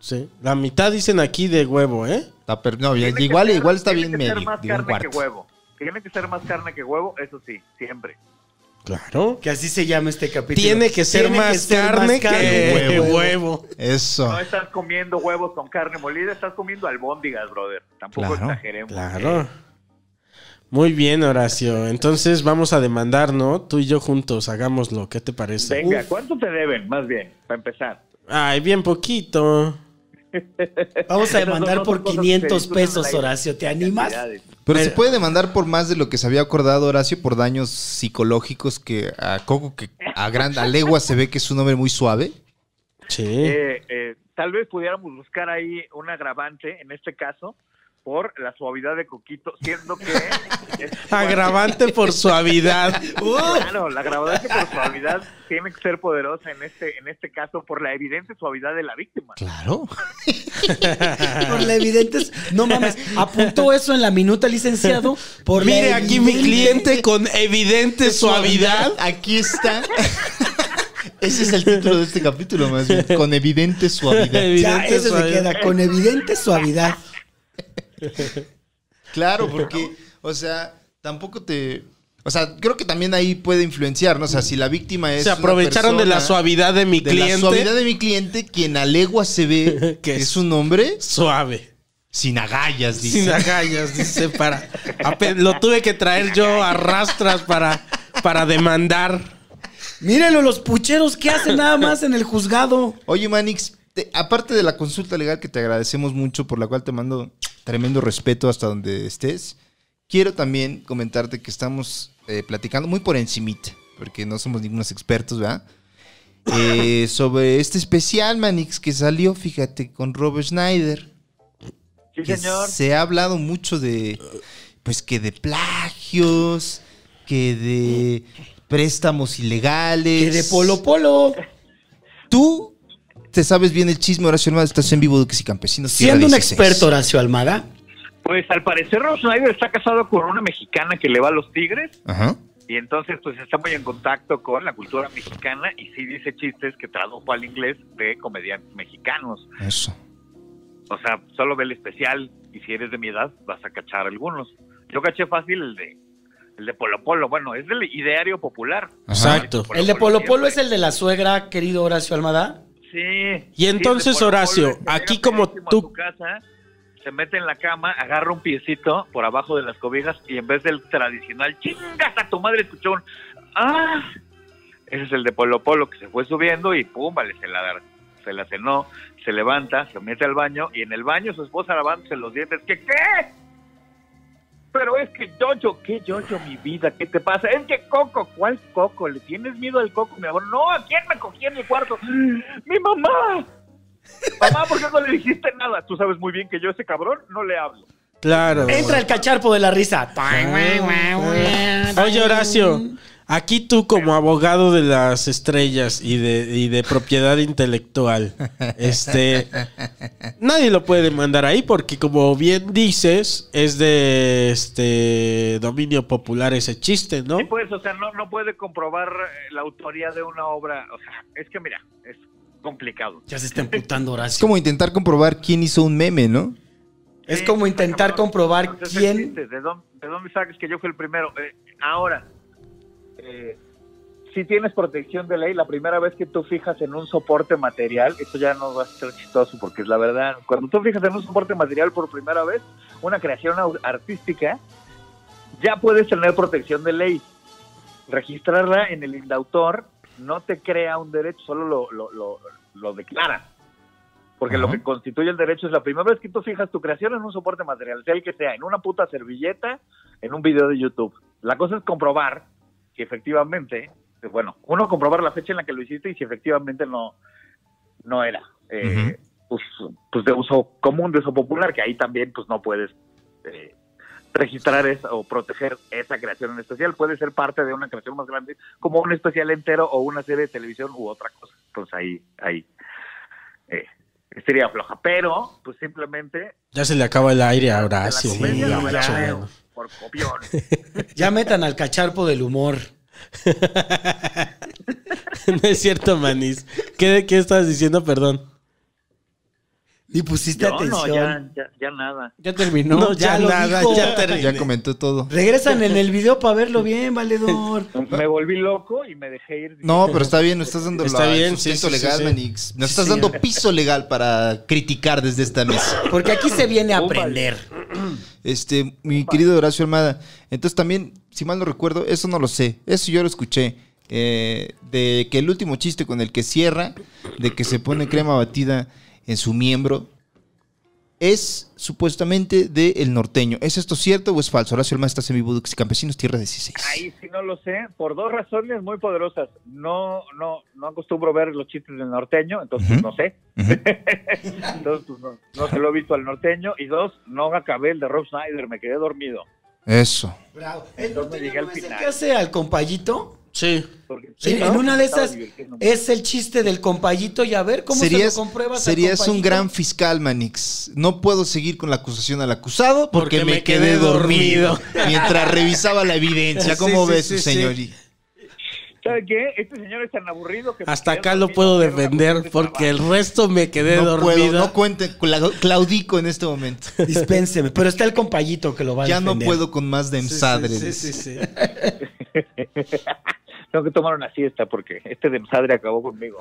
Sí. La mitad dicen aquí de huevo, ¿eh? Está per- no, ya- Tiene que igual, ser- igual está bien tiene que ser medio, más digo, un carne que cuarto. huevo. Tiene que ser más carne que huevo, eso sí, siempre. Claro. Que así se llama este capítulo. Tiene que ser Tiene más ser carne más que, huevo. huevo. Eso. No estás comiendo huevos con carne molida, estás comiendo albóndigas, brother. Tampoco Claro, exageremos. Claro. Muy bien, Horacio. Entonces vamos a demandar, ¿no? Tú y yo juntos, hagámoslo. ¿Qué te parece? Venga, ¿cuánto te deben, más bien, para empezar? Ay, bien poquito. Vamos a Esas demandar son por otras cosas 500 que se discuten en la pesos, isla. Horacio. ¿Te animas? Cantidades. Pero se Pero- puede demandar por más de lo que se había acordado Horacio por daños psicológicos que a Coco, que a gran a legua se ve que es un hombre muy suave. Sí. Eh, eh, tal vez pudiéramos buscar ahí un agravante, en este caso, por la suavidad de Coquito, siendo que... es- Agravante por suavidad. Claro, la gravedad por suavidad tiene que ser poderosa en este, en este caso por la evidente suavidad de la víctima. Claro. Por la evidente. No mames, apuntó eso en la minuta, licenciado. Por la Mire aquí mi evidente- cliente con evidente suavidad. Aquí está. Ese es el título de este capítulo, más bien. Con evidente suavidad. Ya, Evidente eso se suavidad. queda con evidente suavidad. Claro, porque, o sea, tampoco te. O sea, creo que también ahí puede influenciar, ¿no? O sea, si la víctima es. Se una aprovecharon de la persona- suavidad de mi de cliente. la suavidad de mi cliente, quien a legua se ve Que que es- es un hombre Suave. sin agallas, dice. Sin agallas, dice, para... ape- Lo tuve que traer yo a rastras para, para demandar. Mírenlo, los pucheros que hacen nada más en el juzgado. Oye, Manix, te- aparte de la consulta legal que te agradecemos mucho, por la cual te mando tremendo respeto hasta donde estés, quiero también comentarte que estamos eh, platicando muy por encimita, porque no somos ningunos expertos, ¿verdad? Eh, sobre este especial, Manix, que salió, fíjate, con Robert Schneider. Sí, que señor. Se ha hablado mucho de, pues que de plagios, que de préstamos ilegales. Que de polo polo. Tú te sabes bien el chisme, Horacio Almada, estás en vivo Duques y Campesinos. Tierra Siendo un 16. experto, Horacio Almada. Pues al parecer Rob Schneider está casado con una mexicana que le va a los tigres Ajá. y entonces pues está muy en contacto con la cultura mexicana y sí dice chistes que tradujo al inglés de comediantes mexicanos. Eso. O sea, solo ve el especial y si eres de mi edad vas a cachar algunos. Yo caché fácil el de el de Polo Polo, bueno, es del ideario popular. Ajá. Exacto. El de polo polo es el de la suegra, querido Horacio Almada. Sí. Sí, Y entonces, el de Polo Polo Horacio, es que llega aquí como pedísimo a tú- su casa, se mete en la cama, agarra un piecito por abajo de las cobijas y en vez del tradicional, chingas a tu madre, escuchó un, ¡Ah! Ese es el de Polo Polo que se fue subiendo y pum, vale, se la, se la cenó, se levanta, se mete al baño y en el baño su esposa lavándose los dientes. ¿Qué? ¿Qué? Pero es que Jojo, ¿qué Jojo, mi vida? ¿Qué te pasa? Es que Coco, ¿cuál Coco? ¿Le tienes miedo al Coco, mi amor? No, ¿a quién me cogí en el cuarto? ¡Mi mamá! Mamá, ¿por qué no le dijiste nada? Tú sabes muy bien que yo a ese cabrón no le hablo. Claro. Entra el cacharpo de la risa. Oye, Horacio, aquí tú como abogado de las estrellas y de, y de propiedad intelectual, este, nadie lo puede mandar ahí porque como bien dices, es de este dominio popular ese chiste, ¿no? Y pues, o sea, no, no puede comprobar eh, la autoría de una obra. O sea, es que mira, es complicado. Ya se está emputando Es Horacio. como intentar comprobar quién hizo un meme, ¿no? Es como intentar comprobar Entonces, quién. existe, ¿De dónde, de dónde sacas que yo fui el primero? Eh, ahora, eh, si tienes protección de ley, la primera vez que tú fijas en un soporte material, esto ya no va a ser chistoso porque es la verdad, cuando tú fijas en un soporte material por primera vez, una creación au- artística, ya puedes tener protección de ley. Registrarla en el indautor no te crea un derecho, solo lo, lo, lo- lo declara. Porque lo Ajá. que constituye el derecho es la primera vez que tú fijas tu creación en un soporte material, sea el que sea, en una puta servilleta, en un video de YouTube. La cosa es comprobar si efectivamente, eh, bueno, uno comprobar la fecha en la que lo hiciste y si efectivamente no, no era. eh, pues, pues de uso común, de uso popular, que ahí también pues no puedes eh, registrar esa, o proteger esa creación en especial. Puede ser parte de una creación más grande, como un especial entero o una serie de televisión u otra cosa. Entonces ahí, ahí eh, sería floja. Pero, pues simplemente Ya se le acaba el aire a de la Horacio. comedia no me la muchacho. veo, por copión. Ya metan al cacharpo del humor. no es cierto, Manis. ¿Qué, ¿Qué estás diciendo? Perdón. Ni pusiste Yo no, atención. ya, ya, ya nada. Ya terminó. No, ya ya, lo nada, dijo. ya terminé. Ya comentó todo. Regresan en el video para verlo bien, valedor. Me volví loco y me dejé ir. No, pero está bien, nos estás dando Está la- el bien, sí, sustento sí, sí, legal, sí. Manix. Nos Sí, estás sí. dando piso legal para criticar desde esta mesa. Porque aquí se viene a aprender. Este, mi querido Horacio Almada. Entonces también, si mal no recuerdo, eso no lo sé. Eso yo lo escuché. eh, de que el último chiste con el que cierra, de que se pone crema batida en su miembro, es supuestamente de El Norteño. ¿Es esto cierto o es falso? Horacio Alma, estás en vivo, Dux y Campesinos, Tierra 16. Ahí sí no lo sé, por dos razones muy poderosas. No, no, no acostumbro ver los chistes del norteño, entonces pues, Ujú. no sé. entonces pues, no, no se lo he visto al norteño. Y dos, no acabé el de Rob Snyder, me quedé dormido. Eso. Bravo. El Entonces norteño llegué al no es el final. que hace al compayito. Sí. Porque, En- ¿no? En una de Estaba esas divirtiéndome. es el chiste del compayito y a ver cómo serías se lo compruebas. al serías un compayito? gran fiscal, Manix. No puedo seguir con la acusación al acusado porque, me, quedé, dormido, mientras revisaba la evidencia. Sí, ¿Cómo sí, ves, sí, sí. señor? ¿Sabe qué? Este señor es tan aburrido que... Hasta acá lo puedo defender porque el resto me quedé No dormido. puedo, no cuente, cla- claudico en este momento. Dispénseme, pero está el compayito que lo va a Ya no defender. puedo con más de Sí, sí, emsadre. sí, sí, sí. Tengo que tomar una siesta porque este demsadre acabó conmigo.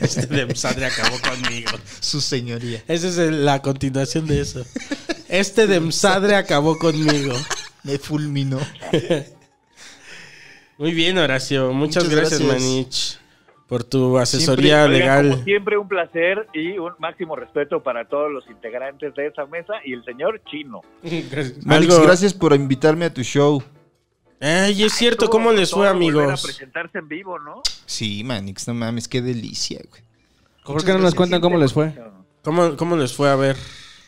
Este de Emsadre acabó conmigo. Su señoría. Esa es el- la continuación de eso. Este de Emsadre acabó conmigo. Me fulminó. Muy bien, Horacio. Muchas, Muchas gracias, gracias. Manich, por tu asesoría Oigan, Como legal. siempre, un placer y un máximo respeto para todos los integrantes de esa mesa y el señor chino. Manix, Algo- gracias por invitarme a tu show. Ay, es cierto. Estuvo ¿Cómo les fue, todo volver A amigos? presentarse en vivo, ¿no? Sí, Manix, no mames, qué delicia, güey. ¿Por qué no nos cuentan cómo les fue? ¿Cómo, cómo les fue a ver?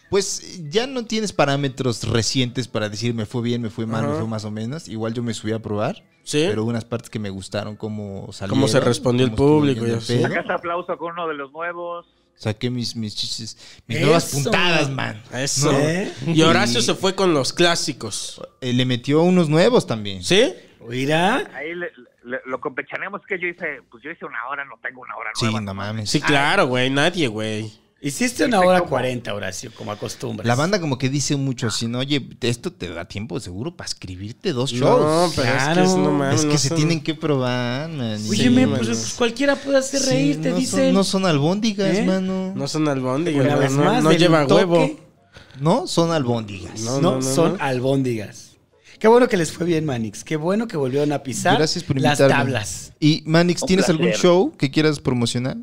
Pues ya no tienes parámetros recientes para decir me fue bien, me fue mal, me Ajá. fue más o menos. Igual yo me subí a probar. Sí. Pero hubo unas partes que me gustaron, cómo salieron. Cómo se respondió el estuvo público yendo y el así. pedo. Acá está aplauso con uno de los nuevos. Saqué mis, mis chistes, mis nuevas Eso. puntadas, man. Eso. ¿Eh? Y Horacio Y- se fue con los clásicos. Eh, le metió unos nuevos también. ¿Sí? Mira, Ahí le- le- lo compecharemos que yo hice, pues yo hice una hora, no tengo una hora Sí, nueva. no mames. Sí, claro, güey. Nadie, güey. hiciste una hora cuarenta, Horacio, como acostumbras. La banda como que dice mucho, si no, oye, esto te da tiempo seguro para escribirte dos No, shows. pero Claro. es que es, no mames, es que no se son- tienen que probar, man. Oye, Sí, me, mano. pues, pues, cualquiera puede hacer Sí, reír, te no dicen. Son, no son albóndigas, ¿Eh? mano. No No, son albóndigas. Una No, vez no- más, no del lleva toque, huevo. son albóndigas. No, No, no, no, son no. albóndigas. Qué bueno que les fue bien, Manix. Qué bueno que volvieron a pisar Gracias por las invitarme. tablas. Y Manix, Un ¿tienes placer. algún show que quieras promocionar?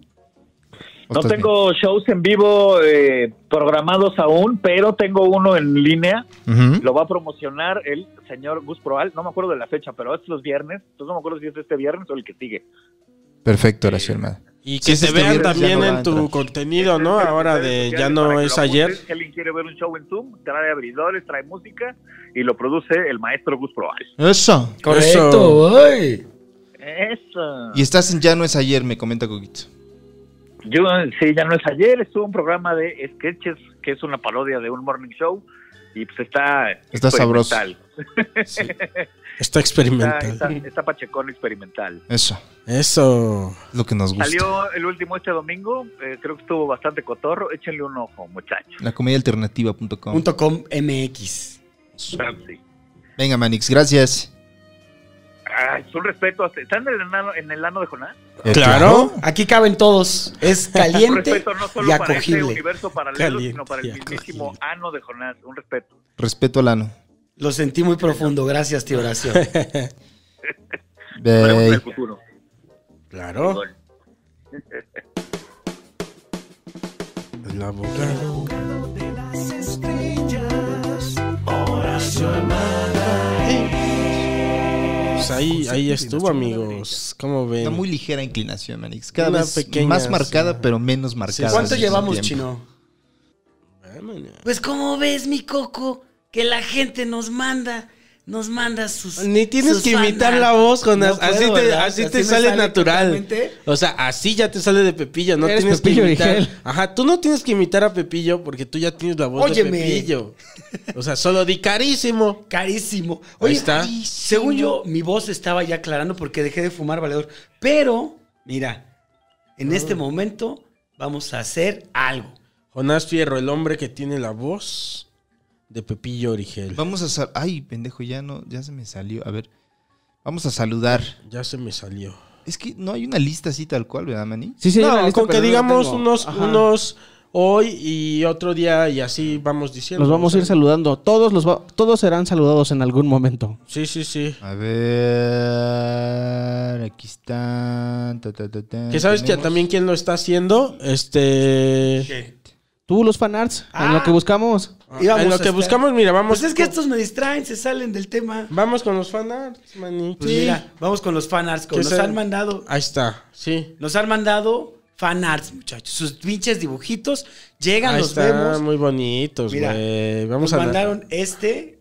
¿O No estás tengo shows en vivo eh, programados aún, pero tengo uno en línea. bien? Ujú. Lo va a promocionar el señor Gus Proal. No me acuerdo de la fecha, pero es los viernes. Entonces no me acuerdo si es este viernes o el que sigue. Perfecto, Horacio Hermano. Sí, Y que sí, se este vean viernes ya también no va en a tu entrar. contenido, ¿no? Entonces, Ahora redes de sociales ya este, para no que es lo apunten. ayer. Si alguien quiere ver un show en Zoom, trae abridores, trae música y lo produce el maestro Gus Proal. Eso. Correcto. ay. Eso. Y estás en Ya no es ayer, me comenta Coquito. Yo, sí, ya no es ayer, estuvo un programa de sketches que es una parodia de un morning show y pues está... Está sabroso. experimental. Está Está, experimental. está, está pachecón experimental. Eso. Eso. Es lo que nos gusta. Salió el último este domingo, eh, creo que estuvo bastante cotorro, échenle un ojo, muchachos. La comediaalternativa.com. Punto com MX. Sí. Venga, Manix, gracias. Ay, es un respeto. hasta- ¿Están en el, ano, en el ano de Jonás? Eh, Claro. Aquí caben todos. Es Un caliente respeto no y solo para este acogible. universo paralelo, Caliente sino para y el mismísimo acogible. ano de Jonás. Un respeto. Respeto al ano. Lo sentí muy profundo. Gracias, tío Horacio. Veremos en Bye. el futuro. Claro. El abogado. Pues ahí, ahí estuvo, amigos. ¿Cómo ven? Una muy ligera inclinación, Manix. Cada Una vez pequeña, más sí. marcada, pero menos marcada. ¿Cuánto en llevamos, tiempo. Chino? Vámonos. Pues como ves, mi coco, que la gente nos manda, nos manda sus. Ni tienes sus que imitar fanart. la voz, Jonas. No así puedo, te, ¿verdad? así te me sale, natural. exactamente. O sea, así ya te sale de Pepillo. No Eres tienes Pepillo que imitar. Origel. Ajá, tú no tienes que imitar a Pepillo porque tú ya tienes la voz Óyeme. de Pepillo. O sea, solo di carísimo. Carísimo. Ahí Oye, está. carísimo. según yo, mi voz estaba ya aclarando porque dejé de fumar valedor. Pero, mira, Ah. en este momento vamos a hacer algo. Jonás Fierro, el hombre que tiene la voz de Pepillo Origel. Vamos a sal- Ay, pendejo, ya no, ya se me salió. A ver. Vamos a saludar. Ya se me salió. Es que no hay una lista así tal cual, ¿verdad, Mani? Sí, sí, hay una no, lista, con que pero no la digamos tengo. unos, Ajá. unos hoy y otro día y así vamos diciendo. Los vamos a ir saludando. Todos, los va- todos serán saludados en algún momento. Sí, sí, sí. A ver. Aquí están. ta, ta, ta, ta. Que sabes que Eh, Tenemos- también quién lo está haciendo, este Tú, los fanarts, Ah. en lo que buscamos. Ah, Íbamos en a lo que estar- buscamos, mira, vamos. Pues es que estos me distraen, se salen del tema. Vamos con los fanarts, maní. Pues mira, vamos con los fanarts. como ¿Qué Nos son? han mandado. Ahí está, sí. Nos han mandado fanarts, muchachos. Sus pinches dibujitos. Llegan, Ahí los está, vemos. muy bonitos, Mira, güey. Vamos Nos a mandaron este,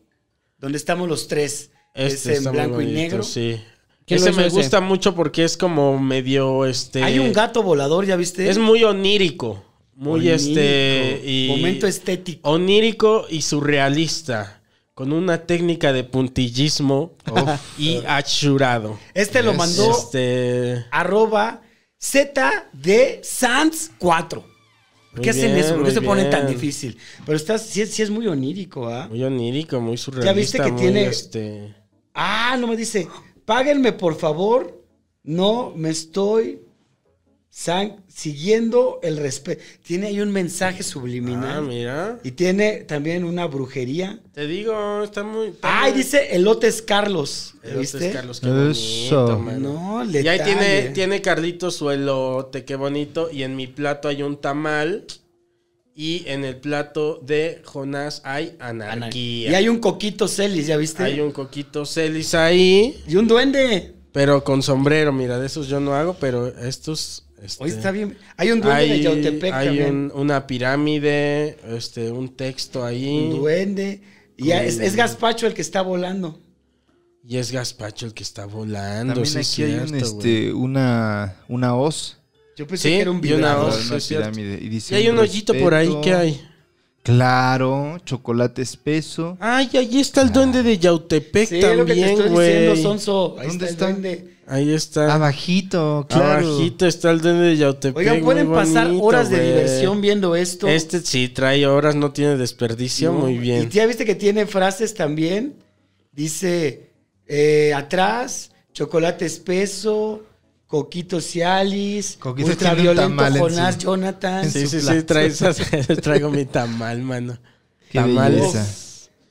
donde estamos los tres. Este es está en muy blanco y bonito, negro. Sí. ¿Quién lo Ese hizo me ese? gusta mucho porque es como medio este. Hay un gato volador, ¿ya viste? Es muy onírico. Muy Onírico. este. Y Momento estético. Onírico y surrealista. Con una técnica de puntillismo y achurado. Este lo Es, mandó Este. arroba ZD Sans 4. ¿Por Muy qué hacen bien, eso? ¿Por qué muy se ponen tan bien. difícil? Pero está, sí, es- sí es muy onírico, ¿ah? Muy onírico, muy surrealista. viste que muy, tiene- Este, Ah, no me dice, páguenme por favor, no me estoy san- siguiendo el respeto. Tiene ahí un mensaje ah, subliminal mira. y tiene también una brujería. Te digo, está muy. está Ay, muy- dice elotes Carlos. Elotes ¿Viste? Ah, Carlos, qué Eso. bonito, man. No, le Y ahí tiene, tiene Carlito su elote, qué bonito. Y en mi plato hay un tamal. Y en el plato de Jonás hay anarquía. Y hay un este. coquito celis, ¿ya viste? Hay un coquito celis ahí, Y un duende. pero con sombrero. Mira, de esos yo no hago, pero estos. este, Hoy está bien. Hay un duende de Yautepec hay también. un- una pirámide, este, un texto ahí. Un duende. Y Con- es, es Gaspacho el que está volando. Y es Gaspacho el que está volando. También aquí sí es hay un, cierto, güey. este, una, una hoz. Yo pensé Sí, que era un y una vibrador. hoz. Una sí es cierto. pirámide, y dice Y hay un hoyito por ahí respeto, que hay. Claro, chocolate espeso. Ay, ahí está el duende de Yautepec Sí, lo que te también, estoy güey. diciendo, Sonso. Ahí ¿Dónde está, el está? duende. Ahí está. Abajito, claro. Abajito está el duende de Yautepec. Oigan, pueden muy pasar bonito, horas de güey. diversión viendo esto. Este sí trae horas, no tiene desperdicio, No, muy Y bien. ya viste que tiene frases también. Dice, eh, atrás, chocolate espeso, coquito cialis, Coquito tiene un ultraviolento tamal en Jonás su- Jonathan. Sí, su sí, sí, plato. trae esas, traigo mi tamal, mano. Qué Tamales. belleza.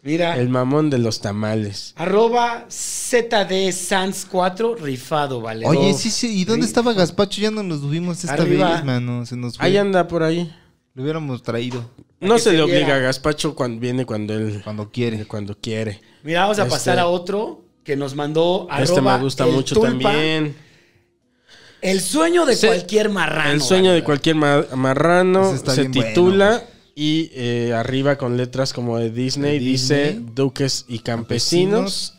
Mira, El mamón de los tamales. arroba ZD Sans 4 rifado, ¿vale? Oye, No. sí, sí, ¿y dónde estaba Gaspacho? Ya no nos tuvimos esta Arriba. vez, mano. Se nos fue. Ahí anda por ahí. Lo hubiéramos traído No que se se le obliga viera. a Gaspacho cuando viene cuando él cuando quiere. cuando quiere. Mira, vamos a Este- pasar a otro que nos mandó arroba este me gusta el mucho tulpa, también. El sueño de Se- cualquier marrano. El sueño de cualquier ma- marrano Ese está se bien bueno, titula y eh, arriba con letras como de Disney, De dice Disney. Duques y campesinos.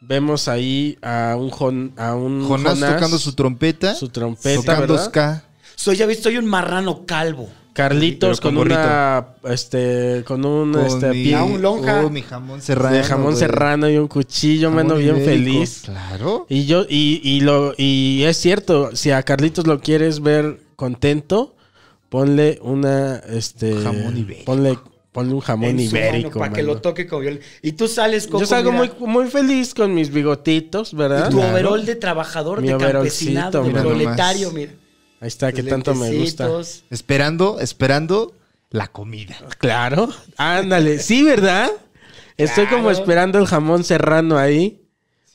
Vemos ahí a un Jon- a un Jonás, tocando su trompeta. su trompeta, Tocando ¿verdad? ska. Soy, ya visto, soy un marrano calvo. Carlitos Pero con con, una este con un Con este, mi- pie Ah, un lonja. Oh, mi jamón serrano. de jamón güey. serrano y un cuchillo, Jamón mano bien ibérico. feliz. Claro. Y yo, y, y lo, y es cierto, si a Carlitos lo quieres ver contento, ponle una este Jamón ibérico. Ponle, ponle un jamón en su mano ibérico. Para que mano. lo toque con violencia. Y tú sales con. yo salgo muy, muy feliz con mis bigotitos, ¿verdad? tu Claro. overol de trabajador, Mi de overolcito, campesinado, de mira nomás. proletario, mira. Ahí está, que Tus tanto me gusta. lentecitos. Esperando, esperando la comida. Pues Claro. Ándale, sí, ¿verdad? Estoy como Claro. esperando el jamón serrano ahí.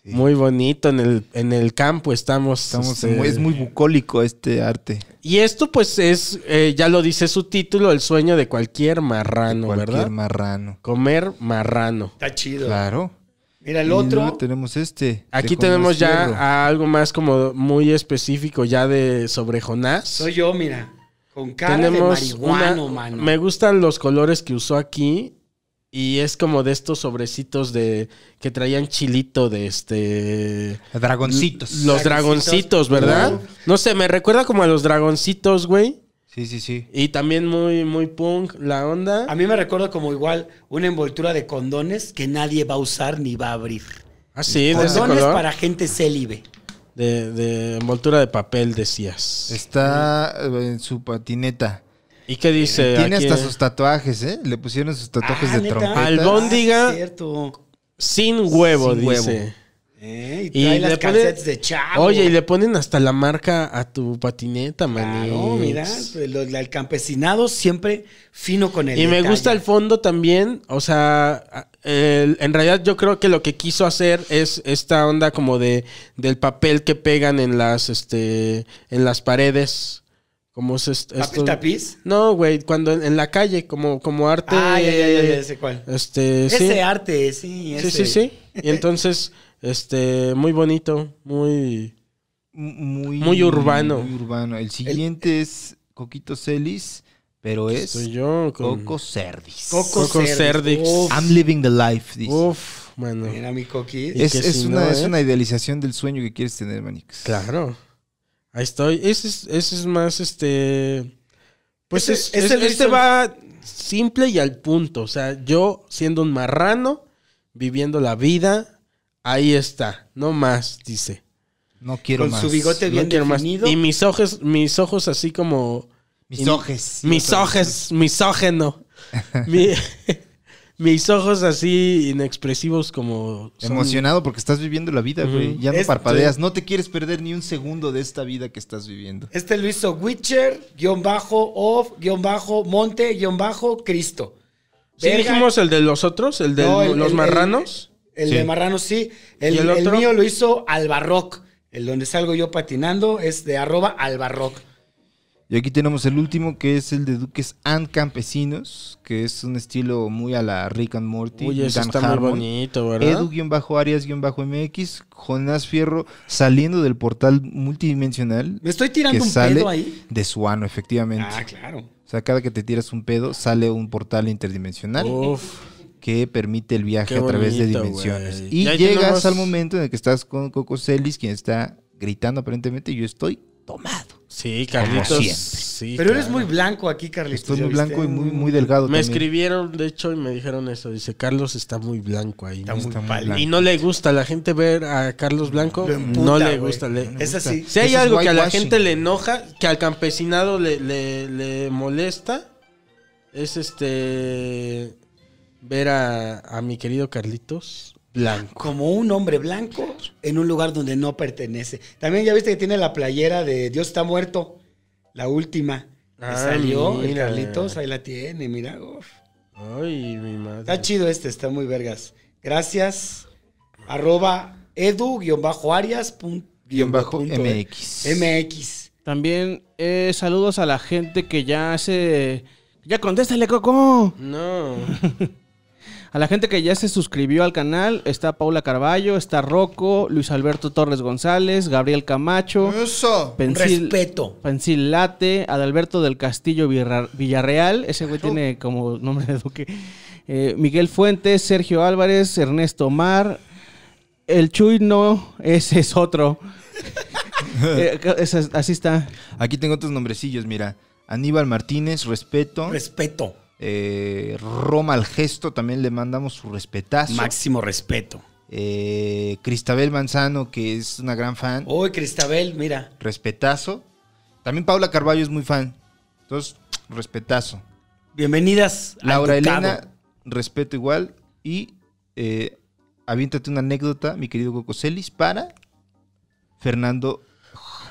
Muy bonito, en el, en el campo estamos. Estamos en este, muy- es muy bucólico este arte. Y esto, pues, es, eh, ya lo dice su título, el sueño de cualquier marrano, Cualquier ¿verdad? marrano. Comer marrano. Está chido. Claro. Mira el Y luego otro. tenemos este. Aquí de tenemos Conocierro. ya a algo más como muy específico ya de sobre Jonás. Soy yo, mira. Con cara de tenemos una, marihuano, mano. me gustan los colores que usó aquí y es como de estos sobrecitos de que traían chilito de este Dragoncitos. los dragoncitos, ¿verdad? No sé, me recuerda como a los dragoncitos, güey, Sí, sí, sí. y también muy muy punk la onda. A mí me recuerda como igual una envoltura de condones que nadie va a usar ni va a abrir. Así, Ah, de ese condones color. para gente célibe. De, de envoltura de papel, decías. Está eh, en su patineta. ¿Y qué dice? Tiene Eh, aquí? hasta sus tatuajes, ¿eh? Le pusieron sus tatuajes Ah, de ¿neta? trompeta. Albóndiga. Ah, es cierto. Sin huevo, Sin dice. huevo. Eh, y Y trae le las pone- calcetas de chavo. Oye, y le ponen hasta la marca a tu patineta, maní. Claro, mira, pues, lo- el campesinado siempre fino con el Y me detalle. gusta el fondo también. O sea, el- en realidad yo creo que lo que quiso hacer es esta onda como de del papel que pegan en las este en las paredes Como es est- ¿Papi estos- tapiz? No, güey, cuando en, en la calle, como, como arte. Ah, ya, ya, ya, ya sé cuál. Este, sí. Ese arte, sí. sí, ese. sí, sí. Y entonces, este, muy bonito, muy. Muy, Muy urbano. Muy urbano. El siguiente es Coquito Celis, pero es Estoy yo con. Coco Cerdis. Coco, Coco Cerdix. Cerdix. Ah, Uf, I'm living the life, dice. Uf, mano. Mira mi coquis. Y es, que es si una, no, es ¿eh? una idealización del sueño que quieres tener, Manix. Claro. Ahí estoy. Ese es, ese es más, este. Pues Ese- es, ese es- lo este hizo- va simple y al punto. O sea, yo siendo un marrano, viviendo la vida, ahí está. No más, dice. No quiero Con más. su bigote No bien quiero más. definido. Y mis ojos, mis ojos así como. Mis ojes. Mis ojos, misógeno. Mi- mis ojos así inexpresivos como. son- Emocionado porque estás viviendo la vida, güey. Ujú. Ya no Este- parpadeas. No te quieres perder ni un segundo de esta vida que estás viviendo. Este lo hizo Witcher, guión bajo, off, guión bajo, monte, guión bajo, Cristo. ¿Sí Verga. dijimos el de los otros? ¿El de No, el- los el- marranos? El Sí. de Marrano sí. El, ¿Y el el otro? mío lo hizo Albarroc. El donde salgo yo patinando es de arroba Albarroc. Y aquí tenemos el último, que es el de Duques and Campesinos, que es un estilo muy a la Rick and Morty. Uy, eso Dan está muy Harmon. bonito, ¿verdad? Edu-Arias-MX, Jonás Fierro, saliendo del portal multidimensional ¿Me estoy que tirando un sale pedo ahí? de su ano, efectivamente. Ah, claro. O sea, cada que te tiras un pedo, sale un portal interdimensional Oh, Uf. que permite el viaje Qué a través de bonito, dimensiones. güey. Y Ya ahí llegas tenemos- al momento en el que estás con Coco Celis, quien está gritando aparentemente, yo estoy tomado. Sí, Como Carlitos. siempre. Sí, Pero eres claro. muy blanco aquí, Carlitos. Estoy ¿ya muy viste? blanco y muy, muy delgado Me también. escribieron, de hecho, y me dijeron eso. Dice, Carlos está muy blanco ahí. Está muy Está muy pálido. blanco. Y no le gusta a la gente ver a Carlos Blanco. Lo emputa, no le güey. gusta. le- Es así. Si hay Eso es algo que a la whitewashing. gente le enoja, que al campesinado le, le- le molesta, es este. ver a, a mi querido Carlitos blanco. Como un hombre blanco en un lugar donde no pertenece. También ya viste que tiene la playera de Dios está muerto. La última. que Ah, salió el mira. Carlitos, ahí la tiene, mira. uf. Ay, mi madre. Está chido este, está muy vergas. Gracias. Arroba edu-arias. E. Guión bajo eh. MX. MX. También eh, saludos a la gente que ya hace... Ya contéstale, Coco. No. A la gente que ya se suscribió al canal, está Paula Carballo, está Rocco, Luis Alberto Torres González, Gabriel Camacho, Eso. Pensil, Respeto. Pensil Late, Adalberto del Castillo Virra- Villarreal, ese güey tiene como nombre de duque, eh, Miguel Fuentes, Sergio Álvarez, Ernesto Mar, el Chuy no, ese es otro. Eh, ese es- así está. Aquí tengo otros nombrecillos, mira. Aníbal Martínez, respeto. Respeto. Eh, Roma al gesto, también le mandamos su respetazo. Máximo respeto. Eh, Cristabel Manzano, que es una gran fan, Oh. Hoy, Cristabel, mira. respetazo. También Paula Carballo es muy fan. Entonces, respetazo. Bienvenidas. al Laura ducado. Elena, respeto igual. Y eh, aviéntate una anécdota, mi querido Coco Celis, para Fernando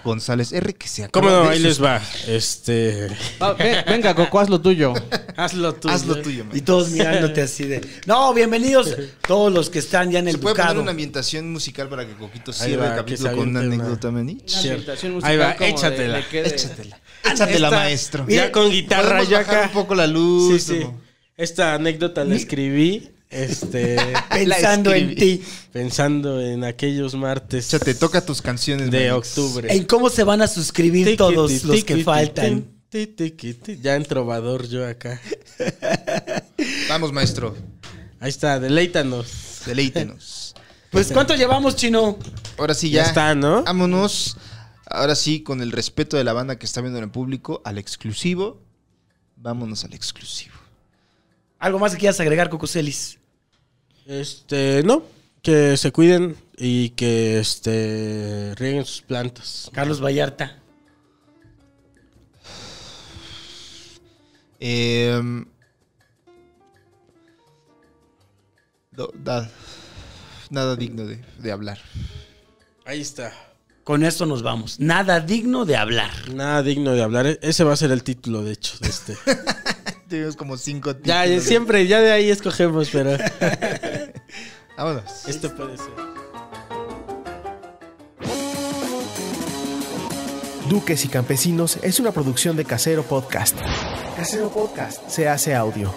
González R, que se acaba ¿Cómo no? de Ahí les sus- va. Este. Ah, ve- venga, Coco, haz lo tuyo. Hazlo tú. Haz lo güey. tuyo, man. Y todos mirándote así de. No, bienvenidos todos los que están ya en ¿Se el puede ducado. poner una ambientación musical para que Coquito Ahí cierre va, el que capítulo se con una aviente una- anécdota, Manich? Una ambientación Ahí va, musical como de- échatela. de que de- Échatela. Échatela, Esta- maestro. Ya con guitarra Podemos yo bajar acá. un poco la luz. Sí, sí. como- Esta anécdota la escribí. Este. Pensando en ti. Pensando en aquellos martes. Échate, toca tus canciones. de Manix. octubre. En cómo se van a suscribir Tiquiti, todos los que tiquiti, faltan. tin, ti, tiquiti. Ya en trovador yo acá. Vamos, maestro. Ahí está, deleítanos. Deleítenos. Pues, ¿cuánto llevamos, chino? Ahora sí, ya. Ya está, ¿no? Vámonos. Ahora sí, con el respeto de la banda que está viendo en el público, al exclusivo. Vámonos al exclusivo. ¿Algo más que quieras agregar, Cocoselis? Este, no. Que se cuiden y que este rieguen sus plantas. Carlos Vallarta. Eh, no, nada, nada digno de, de hablar. Ahí está. Con esto nos vamos. Nada digno de hablar. Nada digno de hablar. E-, Ese va a ser el título, de hecho, de este. Tenemos como cinco ya, ya, títulos. siempre, ya de ahí escogemos, pero Vámonos. este puede ser. Duques y Campesinos es una producción de Casero Podcast. Casero Podcast se hace audio.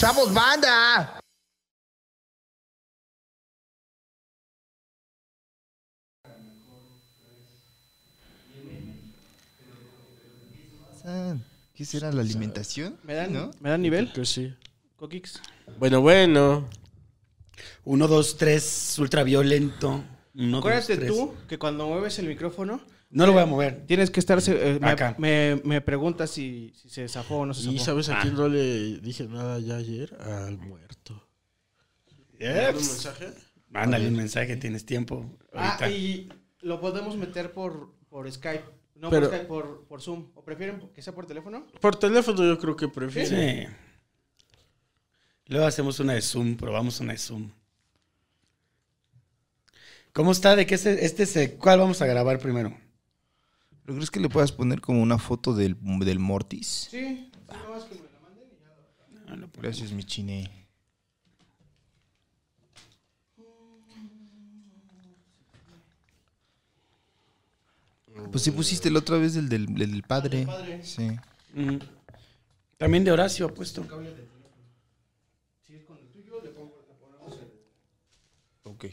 ¡Chavos, banda! Ah, ¿Qué será la alimentación? ¿Me dan, ¿No? ¿me dan nivel? Que sí. Coquix. Bueno, bueno. Uno, dos, tres, ultraviolento. Uno, dos, Acuérdate tres. tú que cuando mueves el micrófono No lo voy a mover. tienes que estar... eh, me, Acá. me, me preguntas si, si se zafó o no se ¿Y zafó. sabes a Ah. quién no le dije nada ya ayer? Al muerto. ¿Te mando un Eps. mensaje? Mándale un mensaje, tienes tiempo. pues, Ah, Ahorita. y lo podemos meter por, por Skype. No Pero- por Skype, por, por Zoom. ¿O prefieren que sea por teléfono? Por teléfono yo creo que prefiero. Sí. Luego hacemos una de Zoom, probamos una de Zoom. ¿Cómo está? ¿De qué se, este se, cuál vamos a grabar primero? ¿Pero crees que le puedas poner como una foto del, del Mortis? Sí. que Ah, Gracias, mi chine. Pues sí pusiste la otra vez el del, el del padre. Sí. Mm. También de Horacio ha puesto. Ok.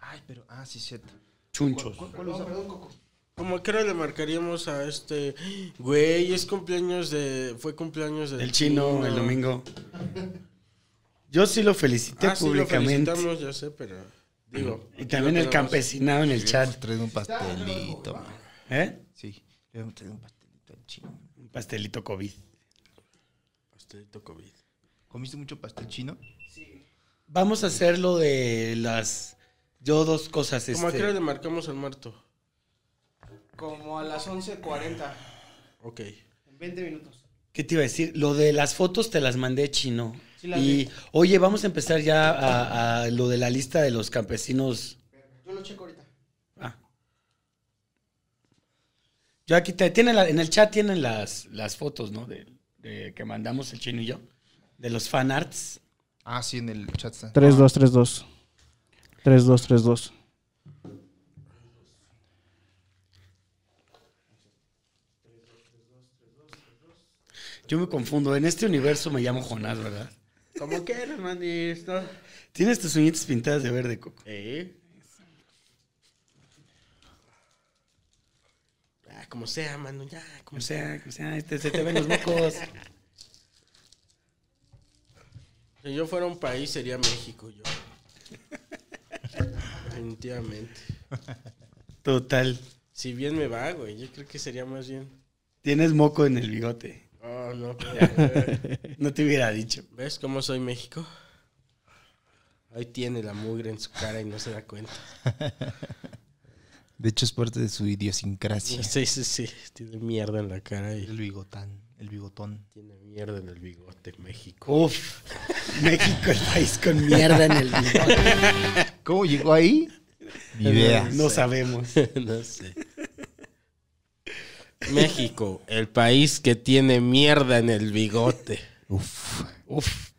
Ay, pero... Ah, sí, cierto. Chunchos. Como que ahora le marcaríamos a este güey, es cumpleaños de fue cumpleaños del El chino, el domingo. Yo sí lo felicité Ah, sí, lo públicamente. felicitamos, ya sé, pero digo, y aquí también lo el tenemos. campesinado en el Trae chat. un pastelito. ma. ¿Eh? Sí, le hemos traído un pastelito al chino. Un pastelito COVID. Pastelito COVID. ¿Comiste mucho pastel chino? Vamos a hacer lo de las. Yo dos cosas. Como este, que ahora le marcamos al muerto. Como a las 11.40. Ok. En 20 minutos. ¿Qué te iba a decir? Lo de las fotos te las mandé chino. Sí, las y oye, vamos a empezar ya a, a lo de la lista de los campesinos. Yo lo checo ahorita. Ah. Yo aquí te, tiene la- en el chat tienen las, las fotos, ¿no? De, de que mandamos el chino y yo. De los fanarts. Ah, sí, en el chat está. 3-2-3-2. 3-2-3-2. Yo me confundo. En este universo me llamo Jonás, ¿verdad? Como quieras, manito. Tienes tus uñitas pintadas de verde, Coco. ¿Eh? Ah, como sea, mano, ya, como O sea. sea, o sea este, se te ven los mocos. Si yo fuera un país sería México, yo. Definitivamente. Total. Si bien me va, güey, yo creo que sería más bien. Tienes moco en el bigote. Oh, no. pero- No te hubiera dicho. ¿Ves cómo soy México? Ahí tiene la mugre en su cara y no se da cuenta. De hecho, es parte de su idiosincrasia. Sí, sí, sí. Tiene mierda en la cara y El bigotán, el bigotón. tiene mierda en el bigote, México. Uf. México, el país con mierda en el bigote. ¿Cómo llegó ahí? Ni idea. No sabemos. no sé. México, el país que tiene mierda en el bigote. Uf. Uf.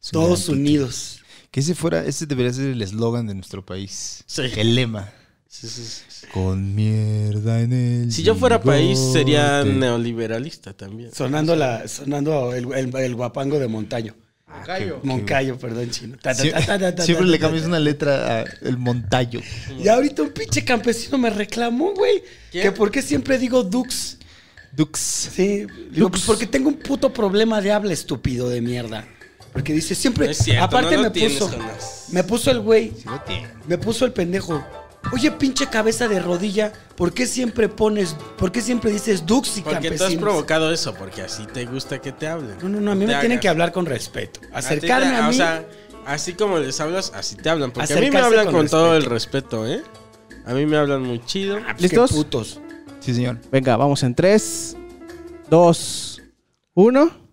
Es un Todos gran título. unidos. Que ese fuera, ese debería ser el eslogan de nuestro país. Sí. El lema. Sí, sí, sí. Con mierda en el. Si yo fuera país, sería bigote. neoliberalista también. Sonando, la, sonando el, el- el guapango de Montaño. Ah, Gallo. qué- Moncayo, perdón, chino. Ta, ta, Sie- ta, ta, ta, ta, Siempre ta, le ta, cambias ta. una letra a el montallo. Y ahorita un pinche campesino me reclamó, güey. ¿Quién? Que por qué siempre digo Dux. Dux. Sí, digo, pues porque tengo un puto problema de habla estúpido de mierda. Porque dice siempre. No es cierto, aparte no lo me tienes, puso. Jonás. Me puso el güey. Sí lo tiene. Me puso el pendejo. Oye, pinche cabeza de rodilla, ¿por qué siempre pones, por qué siempre dices Dux y Porque tú has campesinos? provocado eso, porque así te gusta que te hablen. No, no, no, a mí Te me tienen hagan. que hablar con respeto. A ti te- Acercarme a ah, mí. O sea, así como les hablas, así te hablan. Porque a mí me Acercarse hablan con con, todo el respeto, ¿eh? A mí me hablan muy chido. ah, pues, ¿Listos? qué putos. Sí, señor. Venga, vamos en 3, 2, 1.